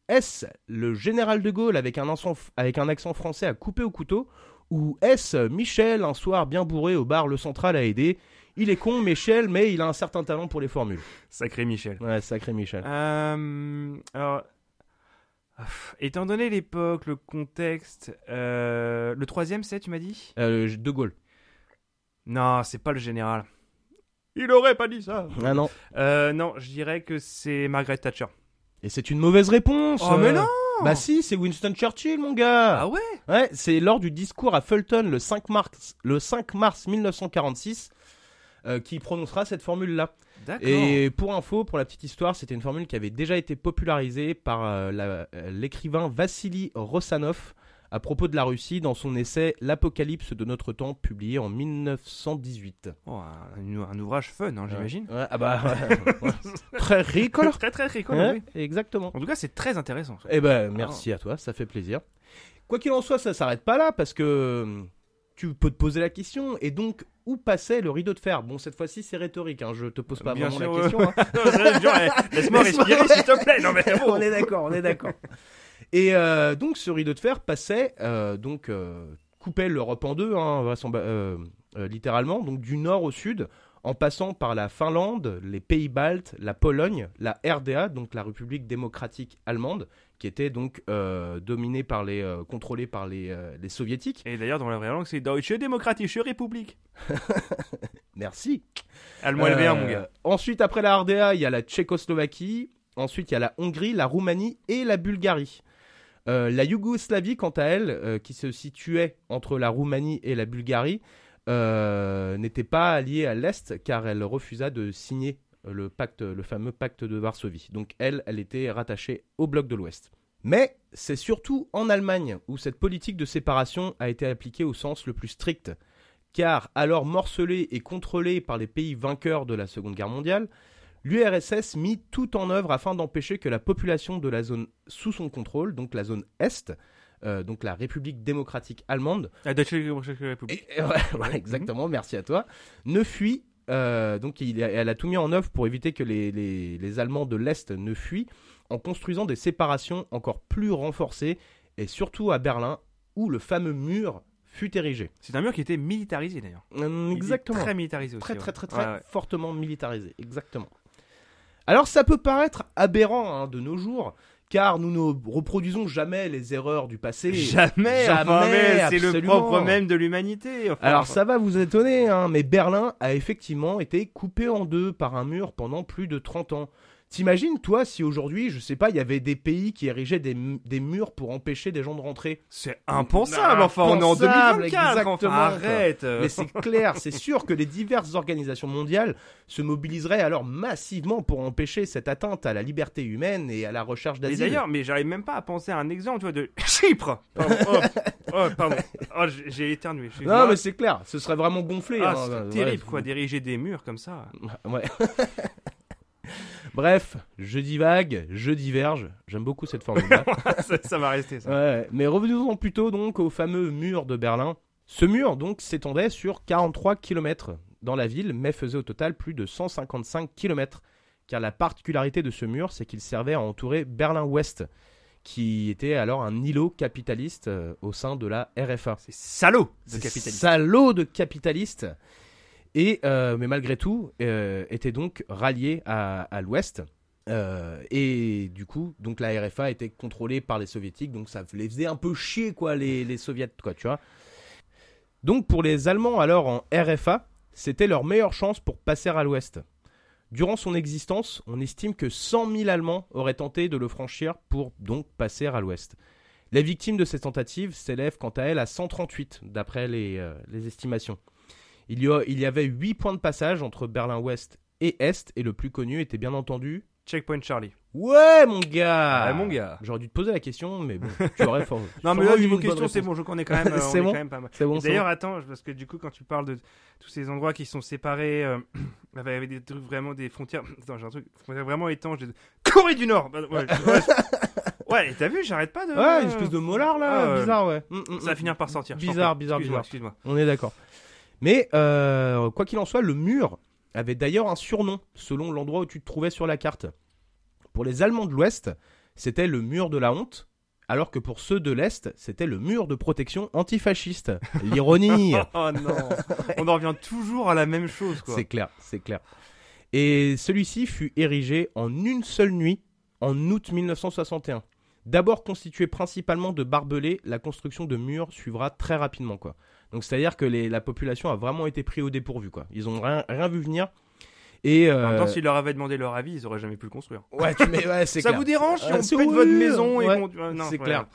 [SPEAKER 2] Est-ce le général de Gaulle avec un, accent, avec un accent français à couper au couteau Ou est-ce Michel, un soir bien bourré au bar Le Central à aider Il est con, Michel, mais il a un certain talent pour les formules.
[SPEAKER 1] Sacré Michel.
[SPEAKER 2] Ouais, sacré Michel.
[SPEAKER 1] Euh, alors, pff, étant donné l'époque, le contexte, euh, le troisième c'est, tu m'as dit
[SPEAKER 2] Euh, de Gaulle.
[SPEAKER 1] Non, c'est pas le général. Il aurait pas dit ça.
[SPEAKER 2] Ah non.
[SPEAKER 1] Euh, non, je dirais que c'est Margaret Thatcher.
[SPEAKER 2] Et c'est une mauvaise réponse.
[SPEAKER 1] Oh, mais
[SPEAKER 2] euh.
[SPEAKER 1] non
[SPEAKER 2] Bah si, c'est Winston Churchill, mon gars.
[SPEAKER 1] Ah ouais
[SPEAKER 2] Ouais, c'est lors du discours à Fulton le 5 mars, le 5 mars 1946 euh, qui prononcera cette formule-là.
[SPEAKER 1] D'accord.
[SPEAKER 2] Et pour info, pour la petite histoire, c'était une formule qui avait déjà été popularisée par euh, la- euh, l'écrivain Vassili Rossanov à propos de la Russie dans son essai L'Apocalypse de notre temps, publié en 1918.
[SPEAKER 1] Oh, un, un ouvrage fun, hein, j'imagine.
[SPEAKER 2] Ouais,
[SPEAKER 1] (laughs)
[SPEAKER 2] ah bah, ouais, ouais. très rigolo.
[SPEAKER 1] Très très rigolo.
[SPEAKER 2] Hein,
[SPEAKER 1] oui.
[SPEAKER 2] exactement.
[SPEAKER 1] En tout cas, c'est très intéressant. ça.
[SPEAKER 2] Eh ben, merci à toi, ça fait plaisir. Quoi qu'il en soit, ça s'arrête pas là parce que euh, tu peux te poser la question et donc où passait le rideau de fer Bon, cette fois-ci, c'est rhétorique, hein, je te pose pas
[SPEAKER 1] Euh, Bien
[SPEAKER 2] vraiment
[SPEAKER 1] sûr,
[SPEAKER 2] la
[SPEAKER 1] ouais.
[SPEAKER 2] question. hein.
[SPEAKER 1] (laughs) Non, c'est genre, eh, (laughs) Laisse-moi
[SPEAKER 2] Laisse-moi-
[SPEAKER 1] respirer, s'il te plaît. Non, mais bon.
[SPEAKER 2] (laughs) on est d'accord, on est d'accord. Et euh, donc ce rideau de fer passait, euh, donc euh, coupait l'Europe en deux, hein, vraisembla- euh, euh, littéralement, donc du nord au sud, en passant par la Finlande, les Pays-Baltes, la Pologne, la RDA, donc la République démocratique allemande, qui était donc euh, dominée par les, euh, contrôlée par les, euh, les soviétiques.
[SPEAKER 1] Et d'ailleurs, dans la vraie langue, c'est Deutsche Demokratische Republik.
[SPEAKER 2] Merci.
[SPEAKER 1] Allemand
[SPEAKER 2] Euh,
[SPEAKER 1] LV1, mon gars.
[SPEAKER 2] Ensuite, après la RDA, il y a la Tchécoslovaquie. Ensuite, il y a la Hongrie, la Roumanie et la Bulgarie. Euh, la Yougoslavie, quant à elle, euh, qui se situait entre la Roumanie et la Bulgarie, euh, n'était pas alliée à l'Est car elle refusa de signer le pacte, le fameux pacte de Varsovie. Donc elle, elle était rattachée au bloc de l'Ouest. Mais c'est surtout en Allemagne où cette politique de séparation a été appliquée au sens le plus strict car alors morcelée et contrôlée par les pays vainqueurs de la Seconde Guerre mondiale, l'URSS mit tout en œuvre afin d'empêcher que la population de la zone sous son contrôle, donc la zone Est, euh, donc la République démocratique allemande,
[SPEAKER 1] La Euh, Deutsche Demokratische Republik.
[SPEAKER 2] et- et- (laughs) ouais,
[SPEAKER 1] Mhm.
[SPEAKER 2] ouais, exactement, merci à toi, ne fuit. euh, donc il a- elle a tout mis en œuvre pour éviter que les, les- les Allemands de l'Est ne fuient en construisant des séparations encore plus renforcées et surtout à Berlin où le fameux mur fut érigé.
[SPEAKER 1] C'est un mur qui était militarisé d'ailleurs.
[SPEAKER 2] Hum,
[SPEAKER 1] Il est
[SPEAKER 2] Exactement
[SPEAKER 1] Très militarisé aussi.
[SPEAKER 2] très
[SPEAKER 1] ouais.
[SPEAKER 2] très très très
[SPEAKER 1] Ouais, ouais.
[SPEAKER 2] fortement militarisé, exactement. Alors ça peut paraître aberrant hein, de nos jours, car nous ne reproduisons jamais les erreurs du passé.
[SPEAKER 1] Jamais, enfin,
[SPEAKER 2] Jamais,
[SPEAKER 1] mais c'est le
[SPEAKER 2] absolument.
[SPEAKER 1] propre même de l'humanité. enfin,
[SPEAKER 2] Alors
[SPEAKER 1] enfin.
[SPEAKER 2] ça va vous étonner, hein, mais Berlin a effectivement été coupé en deux par un mur pendant plus de 30 ans. T'imagines toi si aujourd'hui, je sais pas, il y avait des pays qui érigeaient des, mu- des murs pour empêcher des gens de rentrer.
[SPEAKER 1] c'est impensable. Enfin, on est en
[SPEAKER 2] Impensable,
[SPEAKER 1] 2024. enfin,
[SPEAKER 2] exactement,
[SPEAKER 1] arrête. Euh,
[SPEAKER 2] Mais c'est clair, c'est sûr que les diverses organisations mondiales se mobiliseraient alors massivement pour empêcher cette atteinte à la liberté humaine et à la recherche
[SPEAKER 1] Mais
[SPEAKER 2] d'asile.
[SPEAKER 1] d'ailleurs, mais j'arrive même pas à penser à un exemple, tu vois, de (laughs) Chypre. Pardon. Oh, oh, pardon. Oh, j'ai- j'ai éternué. je suis-
[SPEAKER 2] Non, mais c'est clair, ce serait vraiment gonflé.
[SPEAKER 1] Ah,
[SPEAKER 2] hein,
[SPEAKER 1] c'est
[SPEAKER 2] ouais,
[SPEAKER 1] terrible,
[SPEAKER 2] ouais.
[SPEAKER 1] quoi, diriger des murs comme ça. (laughs)
[SPEAKER 2] Ouais. (laughs) Bref, je divague, je diverge. J'aime beaucoup
[SPEAKER 1] (laughs)
[SPEAKER 2] cette formule-là.
[SPEAKER 1] ça, ça va rester ça.
[SPEAKER 2] Ouais, mais revenons plutôt donc au fameux mur de Berlin. Ce mur donc s'étendait sur 43 km dans la ville, mais faisait au total plus de 155 km. Car la particularité de ce mur, c'est qu'il servait à entourer Berlin-Ouest, qui était alors un îlot capitaliste euh, au sein de la RFA.
[SPEAKER 1] C'est salaud de
[SPEAKER 2] C'est
[SPEAKER 1] capitalisme.
[SPEAKER 2] Salaud de capitaliste. Et, euh, mais malgré tout, euh, était donc rallié à, à l'Ouest. Euh, et du coup, donc la RFA était contrôlée par les soviétiques, donc ça les faisait un peu chier, quoi, les, les soviets, quoi, tu vois. Donc pour les Allemands, alors en RFA, c'était leur meilleure chance pour passer à l'Ouest. Durant son existence, on estime que 100 000 Allemands auraient tenté de le franchir pour donc passer à l'Ouest. Les victimes de ces tentatives s'élèvent quant à elles à 138, d'après les, euh, les estimations. Il y, a- il y avait 8 points de passage entre Berlin-Ouest et Est, et le plus connu était bien entendu...
[SPEAKER 1] Checkpoint Charlie.
[SPEAKER 2] Ouais, mon gars
[SPEAKER 1] Ouais, mon gars.
[SPEAKER 2] J'aurais dû te poser la question, mais bon,
[SPEAKER 1] (laughs)
[SPEAKER 2] tu aurais fort...
[SPEAKER 1] Non, mais
[SPEAKER 2] sûrement
[SPEAKER 1] là,
[SPEAKER 2] eu
[SPEAKER 1] niveau
[SPEAKER 2] une bonne
[SPEAKER 1] question, c'est
[SPEAKER 2] réponse.
[SPEAKER 1] bon, je connais
[SPEAKER 2] (laughs)
[SPEAKER 1] quand même, euh, on
[SPEAKER 2] C'est
[SPEAKER 1] est
[SPEAKER 2] bon.
[SPEAKER 1] quand même pas mal.
[SPEAKER 2] C'est bon,
[SPEAKER 1] Et
[SPEAKER 2] c'est
[SPEAKER 1] D'ailleurs, attends, parce que du coup, quand tu parles de tous ces endroits qui sont séparés euh, (clears throat) avec, avec des (clears throat) trucs vraiment des frontières. Attends, j'ai un truc frontières vraiment étanche. Corée du Nord Pardon, Bah, ouais, ouais, je- Ouais, et t'as vu, j'arrête pas de.
[SPEAKER 2] Ouais, une espèce de molar là,
[SPEAKER 1] Ah, ouais.
[SPEAKER 2] bizarre, ouais. Mm, mm,
[SPEAKER 1] Ça va
[SPEAKER 2] mm.
[SPEAKER 1] finir par sortir. je t'en
[SPEAKER 2] Bizarre,
[SPEAKER 1] prie.
[SPEAKER 2] bizarre,
[SPEAKER 1] Excuse-moi,
[SPEAKER 2] bizarre.
[SPEAKER 1] Excuse-moi.
[SPEAKER 2] On est d'accord. Mais euh, quoi qu'il en soit, le mur avait d'ailleurs un surnom selon l'endroit où tu te trouvais sur la carte. Pour les Allemands de l'Ouest, c'était le mur de la honte, alors que pour ceux de l'Est, c'était le mur de protection antifasciste.
[SPEAKER 1] (laughs)
[SPEAKER 2] L'ironie
[SPEAKER 1] Oh non On en revient toujours à la même chose, quoi.
[SPEAKER 2] C'est clair, c'est clair. Et celui-ci fut érigé en une seule nuit, en août 1961. D'abord constitué principalement de barbelés, la construction de murs suivra très rapidement, quoi. Donc c'est-à-dire que les- la population a vraiment été prise au dépourvu, quoi. Ils ont rien, rien vu venir. Et
[SPEAKER 1] En même
[SPEAKER 2] euh,
[SPEAKER 1] temps, s'ils leur avaient demandé leur avis, ils auraient jamais pu le construire.
[SPEAKER 2] ouais, tu- mais ouais, c'est
[SPEAKER 1] Ça
[SPEAKER 2] clair.
[SPEAKER 1] vous dérange si
[SPEAKER 2] Ah,
[SPEAKER 1] on
[SPEAKER 2] c'est
[SPEAKER 1] pète votre
[SPEAKER 2] horrible.
[SPEAKER 1] maison et
[SPEAKER 2] Ouais,
[SPEAKER 1] qu'on- euh, non,
[SPEAKER 2] c'est
[SPEAKER 1] voilà.
[SPEAKER 2] clair.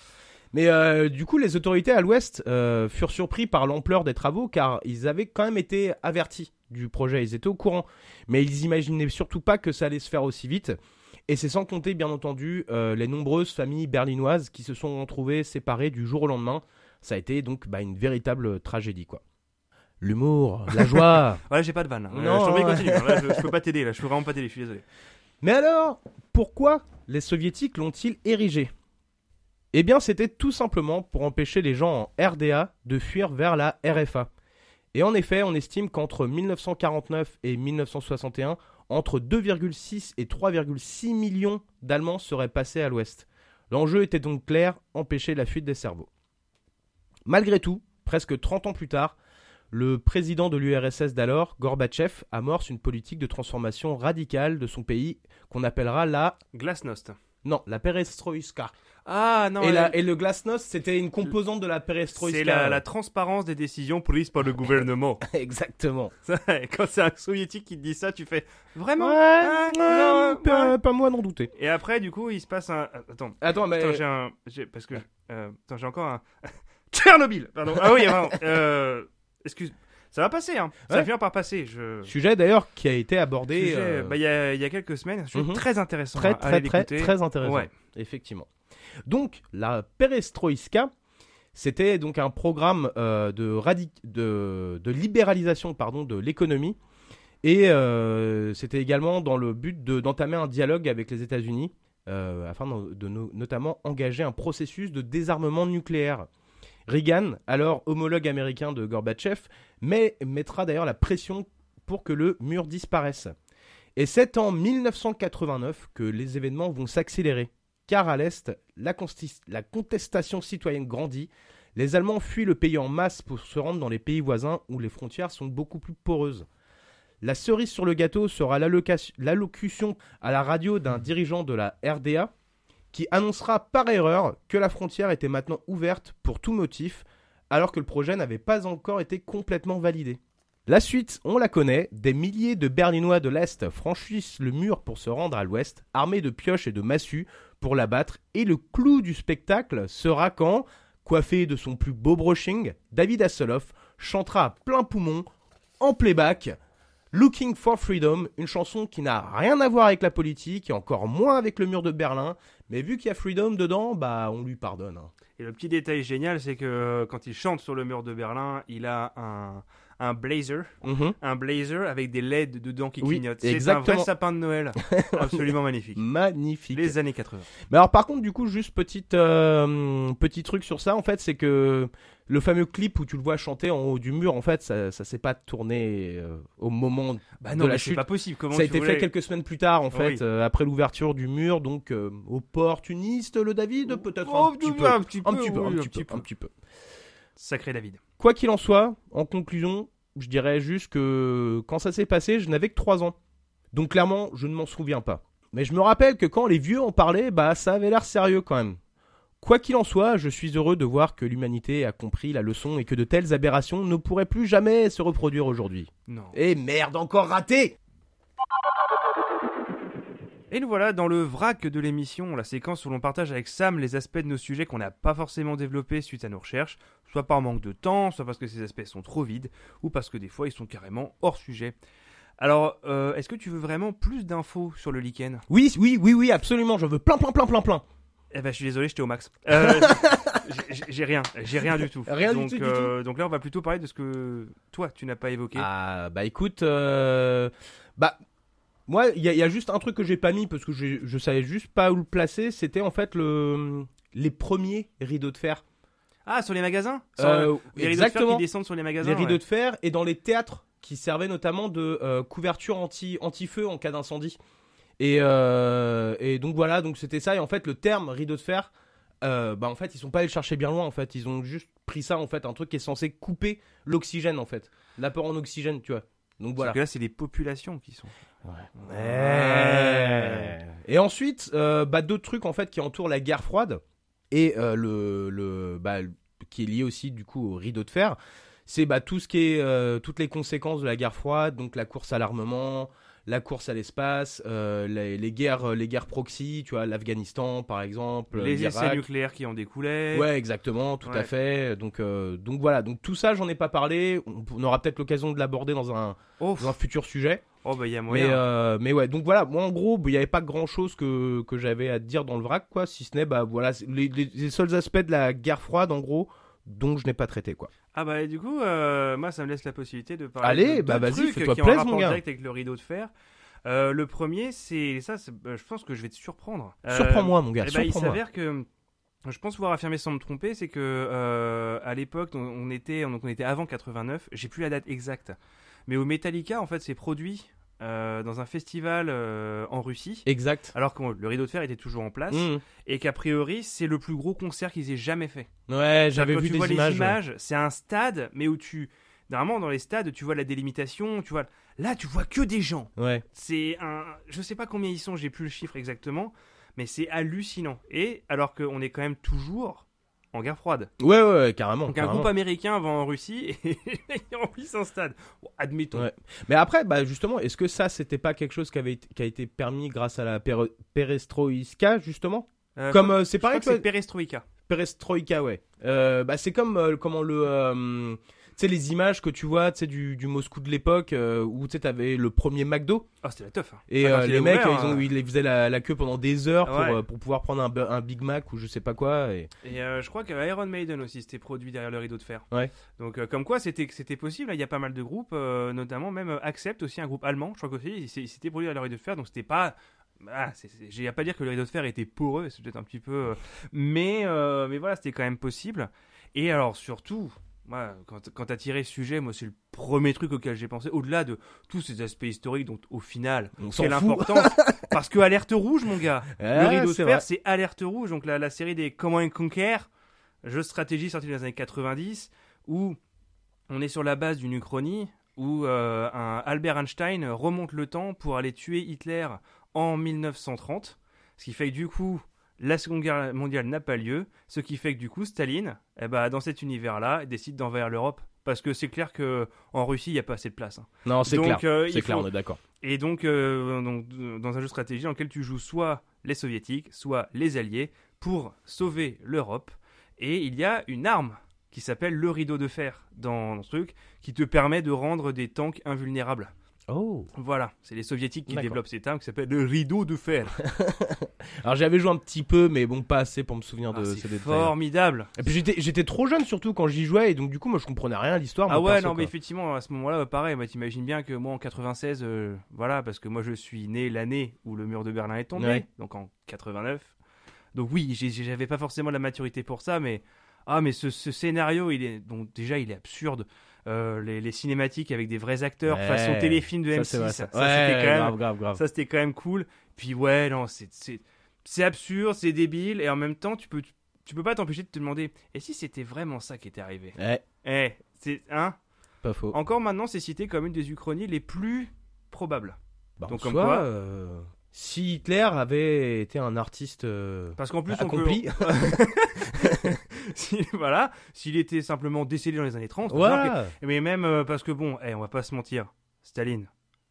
[SPEAKER 2] Mais euh, du coup, les autorités à l'Ouest euh, furent surpris par l'ampleur des travaux car ils avaient quand même été avertis du projet, ils étaient au courant. Mais ils imaginaient surtout pas que ça allait se faire aussi vite. Et c'est sans compter, bien entendu, euh, les nombreuses familles berlinoises qui se sont retrouvées séparées du jour au lendemain. Ça a été donc bah, une véritable tragédie, quoi. L'humour, la (laughs) joie.
[SPEAKER 1] Ouais, j'ai pas de vanne. Euh,
[SPEAKER 2] Non,
[SPEAKER 1] je t'en prie,
[SPEAKER 2] ouais.
[SPEAKER 1] continue. Là, je, je peux pas t'aider, là. Je peux vraiment pas t'aider, je suis désolé.
[SPEAKER 2] Mais alors, pourquoi les soviétiques l'ont-ils érigé Eh bien, c'était tout simplement pour empêcher les gens en RDA de fuir vers la RFA. Et en effet, on estime qu'entre 1949 et 1961, entre 2,6 et 3,6 millions d'Allemands seraient passés à l'ouest. L'enjeu était donc clair, empêcher la fuite des cerveaux. Malgré tout, presque 30 ans plus tard, le président de l'URSS d'alors, Gorbatchev, amorce une politique de transformation radicale de son pays qu'on appellera la...
[SPEAKER 1] Glasnost.
[SPEAKER 2] Non, la perestroïka.
[SPEAKER 1] Ah non,
[SPEAKER 2] et,
[SPEAKER 1] la-
[SPEAKER 2] la- et le glasnost, c'était une composante de la perestroïka.
[SPEAKER 1] c'est la, la transparence des décisions prises par le gouvernement.
[SPEAKER 2] (laughs) Exactement.
[SPEAKER 1] Ça, Quand c'est un soviétique qui te dit ça, tu fais vraiment Ah,
[SPEAKER 2] Ouais,
[SPEAKER 1] non, ouais.
[SPEAKER 2] pas, pas moi d'en douter.
[SPEAKER 1] Et après, du coup, il se passe un. Attends,
[SPEAKER 2] Attends, mais...
[SPEAKER 1] attends, j'ai un. j'ai- Parce que. euh, Attends, j'ai encore un. (laughs) Tchernobyl Pardon. Ah oui, vraiment. Euh... Excuse. Ça va passer, hein. Ça
[SPEAKER 2] Ouais.
[SPEAKER 1] va finir par passer. Je.
[SPEAKER 2] Sujet d'ailleurs qui a été abordé...
[SPEAKER 1] Sujet,
[SPEAKER 2] euh,
[SPEAKER 1] bah, il y, a- il y a quelques semaines, c'est
[SPEAKER 2] Mhm.
[SPEAKER 1] très intéressant.
[SPEAKER 2] très
[SPEAKER 1] hein.
[SPEAKER 2] très
[SPEAKER 1] Allez
[SPEAKER 2] très
[SPEAKER 1] l'écouter.
[SPEAKER 2] très intéressant.
[SPEAKER 1] Ouais.
[SPEAKER 2] Effectivement. Donc la perestroïka, c'était donc un programme euh, de, radi- de de libéralisation pardon de l'économie et euh, c'était également dans le but de- d'entamer un dialogue avec les États-Unis euh, afin de, de no- notamment engager un processus de désarmement nucléaire. Reagan, alors homologue américain de Gorbatchev, mais mettra d'ailleurs la pression pour que le mur disparaisse. Et c'est en 1989 que les événements vont s'accélérer, car à l'Est, la, consti- la contestation citoyenne grandit, les Allemands fuient le pays en masse pour se rendre dans les pays voisins où les frontières sont beaucoup plus poreuses. La cerise sur le gâteau sera l'allocation- l'allocution à la radio d'un dirigeant de la RDA qui annoncera par erreur que la frontière était maintenant ouverte pour tout motif, alors que le projet n'avait pas encore été complètement validé. La suite, on la connaît, des milliers de Berlinois de l'Est franchissent le mur pour se rendre à l'Ouest, armés de pioches et de massues pour l'abattre, et le clou du spectacle sera quand, coiffé de son plus beau brushing, David Hasselhoff chantera à plein poumon, en playback, Looking for Freedom, une chanson qui n'a rien à voir avec la politique et encore moins avec le mur de Berlin, mais vu qu'il y a Freedom dedans, bah on lui pardonne. hein.
[SPEAKER 1] Et le petit détail génial, c'est que euh, quand il chante sur le mur de Berlin, il a un, un blazer,
[SPEAKER 2] Mhm.
[SPEAKER 1] un blazer avec des LED dedans qui
[SPEAKER 2] Oui,
[SPEAKER 1] clignotent. C'est un
[SPEAKER 2] exactement.
[SPEAKER 1] vrai sapin de
[SPEAKER 2] (laughs)
[SPEAKER 1] Noël, absolument magnifique.
[SPEAKER 2] Magnifique.
[SPEAKER 1] Les années 80.
[SPEAKER 2] Mais alors par contre du coup juste petite euh, petit truc sur ça en fait c'est que le fameux clip où tu le vois chanter en haut du mur en fait ça ça s'est pas tourné euh, au moment
[SPEAKER 1] Bah non,
[SPEAKER 2] de la
[SPEAKER 1] mais c'est
[SPEAKER 2] chute.
[SPEAKER 1] pas possible. Comment
[SPEAKER 2] ça a
[SPEAKER 1] tu
[SPEAKER 2] été
[SPEAKER 1] voulais-
[SPEAKER 2] fait quelques semaines plus tard en fait
[SPEAKER 1] Oui.
[SPEAKER 2] euh, après l'ouverture du mur donc euh, opportuniste le David peut-être
[SPEAKER 1] Oh,
[SPEAKER 2] un, petit peu,
[SPEAKER 1] un petit peu,
[SPEAKER 2] un petit peu
[SPEAKER 1] oui,
[SPEAKER 2] un petit peu,
[SPEAKER 1] peu.
[SPEAKER 2] un petit peu.
[SPEAKER 1] Sacré David.
[SPEAKER 2] Quoi qu'il en soit, en conclusion, je dirais juste que quand ça s'est passé, je n'avais que 3 ans. Donc clairement, je ne m'en souviens pas. Mais je me rappelle que quand les vieux en parlaient, bah ça avait l'air sérieux quand même. Quoi qu'il en soit, je suis heureux de voir que l'humanité a compris la leçon et que de telles aberrations ne pourraient plus jamais se reproduire aujourd'hui.
[SPEAKER 1] Non.
[SPEAKER 2] Et merde, encore raté
[SPEAKER 1] Et nous voilà dans le vrac de l'émission, la séquence où l'on partage avec Sam les aspects de nos sujets qu'on n'a pas forcément développés suite à nos recherches, soit par manque de temps, soit parce que ces aspects sont trop vides, ou parce que des fois ils sont carrément hors sujet. Alors, euh, est-ce que tu veux vraiment plus d'infos sur le lichen
[SPEAKER 2] Oui, oui, oui, oui, absolument, je veux plein, plein, plein, plein, plein.
[SPEAKER 1] Eh ben, je suis désolé, j'étais au
[SPEAKER 2] (laughs)
[SPEAKER 1] max. Euh, j'ai- j'ai- j'ai rien, j'ai rien du tout.
[SPEAKER 2] Rien du
[SPEAKER 1] donc,
[SPEAKER 2] tout, du
[SPEAKER 1] euh, donc là, on va plutôt parler de ce que toi, tu n'as pas évoqué.
[SPEAKER 2] Ah bah écoute, euh, bah Moi, il y, a- il y a juste un truc que j'ai pas mis parce que j'ai- je savais juste pas où le placer. C'était en fait le les premiers rideaux de fer.
[SPEAKER 1] Ah, sur les magasins Sur,
[SPEAKER 2] Euh,
[SPEAKER 1] euh, Les rideaux de fer qui descendent sur les magasins.
[SPEAKER 2] les rideaux
[SPEAKER 1] ouais.
[SPEAKER 2] de fer et dans les théâtres qui servaient notamment de euh, couverture anti anti-feu en cas d'incendie. Et, euh, et donc voilà, donc c'était ça. Et en fait, le terme rideau de fer, euh, bah en fait, ils sont pas allés le chercher bien loin. En fait, ils ont juste pris ça en fait, un truc qui est censé couper l'oxygène en fait, l'apport en oxygène, tu vois. Donc
[SPEAKER 1] Parce
[SPEAKER 2] voilà.
[SPEAKER 1] que là, c'est les populations qui sont.
[SPEAKER 2] Ouais. Et ensuite, euh, bah, d'autres trucs en fait qui entourent la guerre froide et euh, le, le bah, le- qui est lié aussi du coup au rideau de fer, c'est bah, tout ce qui est euh, toutes les conséquences de la guerre froide, donc la course à l'armement, la course à l'espace, euh, les, les guerres les guerres proxy, tu vois l'Afghanistan par exemple, euh,
[SPEAKER 1] les essais
[SPEAKER 2] l'Irak.
[SPEAKER 1] nucléaires qui en découlaient.
[SPEAKER 2] Ouais, exactement, tout à
[SPEAKER 1] Ouais.
[SPEAKER 2] fait. Donc, euh, donc voilà, donc tout ça, j'en ai pas parlé. On, on aura peut-être l'occasion de l'aborder dans un,
[SPEAKER 1] Oh, pff,
[SPEAKER 2] dans un futur sujet.
[SPEAKER 1] oh, bah, il y a
[SPEAKER 2] Mais,
[SPEAKER 1] moyen.
[SPEAKER 2] euh, mais ouais, donc voilà, moi en gros, il n'y avait pas grand chose que, que j'avais à te dire dans le vrac, quoi, si ce n'est bah, voilà, c'est les, les- les seuls aspects de la guerre froide, en gros, dont je n'ai pas traité, quoi.
[SPEAKER 1] Ah, bah, et du coup, euh, moi, ça me laisse la possibilité de parler.
[SPEAKER 2] Allez,
[SPEAKER 1] de
[SPEAKER 2] bah,
[SPEAKER 1] deux
[SPEAKER 2] vas-y,
[SPEAKER 1] trucs
[SPEAKER 2] fais-toi
[SPEAKER 1] qui
[SPEAKER 2] plaisir,
[SPEAKER 1] ont un rapport
[SPEAKER 2] mon gars.
[SPEAKER 1] direct avec le rideau de fer. Euh, le premier, c'est ça. c'est- bah, je pense que je vais te surprendre. Euh,
[SPEAKER 2] Surprends-moi, mon gars,
[SPEAKER 1] Eh ben, il
[SPEAKER 2] surprends-moi.
[SPEAKER 1] s'avère que euh, je pense pouvoir affirmer sans me tromper, c'est que euh, à l'époque, on, on était donc on était avant 89. J'ai plus la date exacte, mais au Metallica, en fait, c'est produit euh, dans un festival euh, en Russie.
[SPEAKER 2] Exact.
[SPEAKER 1] Alors que le rideau de fer était toujours en place
[SPEAKER 2] Mmh.
[SPEAKER 1] et qu'a priori c'est le plus gros concert qu'ils aient jamais fait.
[SPEAKER 2] mmh. Ouais, j'avais
[SPEAKER 1] Quand
[SPEAKER 2] vu
[SPEAKER 1] tu
[SPEAKER 2] des
[SPEAKER 1] vois
[SPEAKER 2] images.
[SPEAKER 1] les images, c'est un stade, mais où tu normalement dans les stades tu vois la délimitation, tu vois là tu vois que des gens.
[SPEAKER 2] ouais. Ouais.
[SPEAKER 1] C'est un. Je sais pas combien ils sont, j'ai plus le chiffre exactement, mais c'est hallucinant. Et alors qu'on est quand même toujours en guerre froide.
[SPEAKER 2] Ouais, ouais, ouais, carrément.
[SPEAKER 1] Donc un
[SPEAKER 2] Oh, carrément.
[SPEAKER 1] groupe américain va en Russie (laughs) et il remplit un stade. Bon, admettons.
[SPEAKER 2] Ouais. Mais après, bah, justement, est-ce que ça, c'était pas quelque chose qui, avait, été- qui a été permis grâce à la pere- perestroïska, justement
[SPEAKER 1] Euh,
[SPEAKER 2] Comme euh,
[SPEAKER 1] je
[SPEAKER 2] c'est
[SPEAKER 1] crois
[SPEAKER 2] pareil,
[SPEAKER 1] que
[SPEAKER 2] tu vois-
[SPEAKER 1] c'est Perestroïka.
[SPEAKER 2] Perestroïka, ouais. Euh, bah, c'est comme euh, comment le. euh, tu sais, les images que tu vois tu sais, du, du Moscou de l'époque euh, où tu sais, t'avais le premier McDo
[SPEAKER 1] Oh, c'était la teuf. hein.
[SPEAKER 2] et
[SPEAKER 1] Ah, quand
[SPEAKER 2] euh,
[SPEAKER 1] il
[SPEAKER 2] les
[SPEAKER 1] est
[SPEAKER 2] mecs,
[SPEAKER 1] ouvert,
[SPEAKER 2] ils, ont,
[SPEAKER 1] hein.
[SPEAKER 2] ils faisaient la, la queue pendant des heures
[SPEAKER 1] Ouais.
[SPEAKER 2] pour, euh, pour pouvoir prendre un, bu- un Big Mac ou je sais pas quoi. Et...
[SPEAKER 1] Et euh, je crois que Iron Maiden aussi c'était produit derrière le rideau de fer.
[SPEAKER 2] Ouais.
[SPEAKER 1] Donc euh, comme quoi c'était c'était possible. hein. Il y a pas mal de groupes, euh, notamment même euh, Accept aussi un groupe allemand. Je crois qu'aussi c'est- c'était produit derrière le rideau de fer. Donc c'était pas ah, c'est- c'est- j'ai à pas dire que le rideau de fer était poreux, c'est peut-être un petit peu, euh, mais euh, mais voilà c'était quand même possible. Et alors surtout. Moi, quand, quand t'as tiré ce sujet, moi c'est le premier truc auquel j'ai pensé, au-delà de tous ces aspects historiques dont au final,
[SPEAKER 2] On s'en
[SPEAKER 1] quelle
[SPEAKER 2] fout. (laughs)
[SPEAKER 1] importance Parce que alerte rouge mon gars
[SPEAKER 2] Ouais,
[SPEAKER 1] le rideau de
[SPEAKER 2] c'est
[SPEAKER 1] fer,
[SPEAKER 2] vrai.
[SPEAKER 1] Ah, c'est Alerte Rouge, donc la, la série des Comment and Conquer, jeu de stratégie sorti dans les années 90, où on est sur la base d'une uchronie, où euh, un Albert Einstein remonte le temps pour aller tuer Hitler en 1930, ce qui fait que du coup, la Seconde Guerre mondiale n'a pas lieu, ce qui fait que du coup, Staline, eh ben, dans cet univers-là, décide d'envahir l'Europe, parce que c'est clair que en Russie, il n'y a pas assez de place. hein.
[SPEAKER 2] Non, c'est
[SPEAKER 1] Donc,
[SPEAKER 2] clair.
[SPEAKER 1] euh,
[SPEAKER 2] c'est
[SPEAKER 1] il
[SPEAKER 2] clair,
[SPEAKER 1] faut-
[SPEAKER 2] on est d'accord.
[SPEAKER 1] et donc, euh, donc, euh, dans un jeu de stratégie dans lequel tu joues soit les soviétiques, soit les alliés, pour sauver l'Europe. Et il y a une arme qui s'appelle le rideau de fer dans ce truc, qui te permet de rendre des tanks invulnérables.
[SPEAKER 2] Oh.
[SPEAKER 1] Voilà, c'est les soviétiques qui
[SPEAKER 2] D'accord.
[SPEAKER 1] développent cette arme qui s'appelle le rideau de fer.
[SPEAKER 2] Alors j'avais joué un petit peu, mais bon, pas assez pour me souvenir
[SPEAKER 1] Ah,
[SPEAKER 2] de ces
[SPEAKER 1] c'est
[SPEAKER 2] détails.
[SPEAKER 1] formidable.
[SPEAKER 2] Et puis j'étais- j'étais trop jeune surtout quand j'y jouais, et donc du coup, moi je comprenais rien à l'histoire.
[SPEAKER 1] Ah
[SPEAKER 2] moi,
[SPEAKER 1] ouais,
[SPEAKER 2] perso,
[SPEAKER 1] non, mais
[SPEAKER 2] quoi.
[SPEAKER 1] effectivement, à ce moment-là, pareil, bah, t'imagines bien que moi en 96, euh, voilà, parce que moi je suis né l'année où le mur de Berlin est tombé,
[SPEAKER 2] Ouais.
[SPEAKER 1] donc en 89. Donc oui, j'ai- j'ai- j'avais pas forcément la maturité pour ça, mais ah, mais ce, ce scénario, il est donc déjà il est absurde. Euh, les, les cinématiques avec des vrais acteurs,
[SPEAKER 2] Ouais.
[SPEAKER 1] façon téléfilm de
[SPEAKER 2] Ça,
[SPEAKER 1] M6,
[SPEAKER 2] c'est vrai, ça.
[SPEAKER 1] ça, c'était
[SPEAKER 2] Ouais,
[SPEAKER 1] quand même-
[SPEAKER 2] grave, grave, grave.
[SPEAKER 1] ça, c'était quand même cool. Puis ouais, non, c'est- c'est c'est absurde, c'est débile, et en même temps, tu peux tu peux pas t'empêcher de te demander, et si c'était vraiment ça qui était arrivé
[SPEAKER 2] Ouais,
[SPEAKER 1] Eh, c'est hein
[SPEAKER 2] pas faux.
[SPEAKER 1] encore maintenant, c'est cité comme une des uchronies les plus probables.
[SPEAKER 2] Bah,
[SPEAKER 1] Donc,
[SPEAKER 2] en
[SPEAKER 1] comme
[SPEAKER 2] soi,
[SPEAKER 1] quoi-
[SPEAKER 2] euh, si Hitler avait été un artiste euh,
[SPEAKER 1] Parce qu'en plus, on peut- (laughs)
[SPEAKER 2] accompli,
[SPEAKER 1] si- voilà, s'il était simplement décédé dans les années 30, on peut dire
[SPEAKER 2] voilà,
[SPEAKER 1] que- mais même euh, parce que bon, eh, on va pas se mentir, Staline,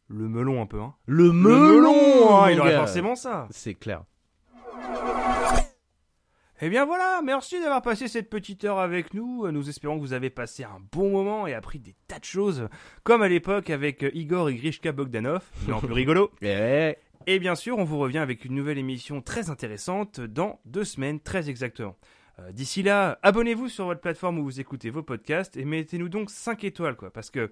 [SPEAKER 1] le melon un peu, hein.
[SPEAKER 2] le
[SPEAKER 1] Le
[SPEAKER 2] melon,
[SPEAKER 1] hein, il
[SPEAKER 2] mon
[SPEAKER 1] aurait
[SPEAKER 2] gars.
[SPEAKER 1] forcément ça.
[SPEAKER 2] C'est clair.
[SPEAKER 1] Eh bien voilà, merci d'avoir passé cette petite heure avec nous. Euh, Nous espérons que vous avez passé un bon moment et appris des tas de choses, comme à l'époque avec euh, Igor et Grishka
[SPEAKER 2] (laughs)
[SPEAKER 1] Bogdanov, mais en plus rigolo.
[SPEAKER 2] Eh Ouais.
[SPEAKER 1] Et bien sûr, on vous revient avec une nouvelle émission très intéressante dans deux semaines, très exactement. Euh, D'ici là, abonnez-vous sur votre plateforme où vous écoutez vos podcasts et mettez-nous donc 5 étoiles, quoi, parce que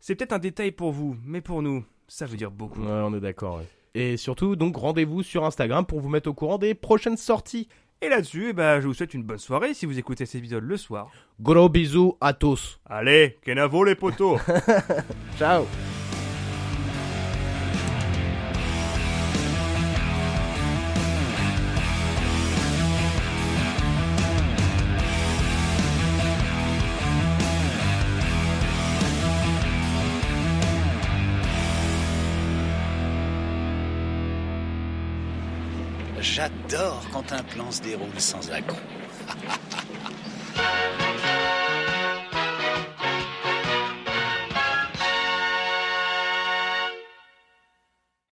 [SPEAKER 1] C'est peut-être un détail pour vous, mais pour nous, ça veut dire beaucoup.
[SPEAKER 2] Ouais, on est d'accord. ouais. Et surtout, donc, rendez-vous sur Instagram pour vous mettre au courant des prochaines sorties.
[SPEAKER 1] Et là-dessus, eh ben, je vous souhaite une bonne soirée si vous écoutez cet épisode le soir.
[SPEAKER 2] Gros bisous à tous.
[SPEAKER 1] Allez, kenavo les potos
[SPEAKER 2] Ciao.
[SPEAKER 5] J'adore quand un plan se déroule sans accroc.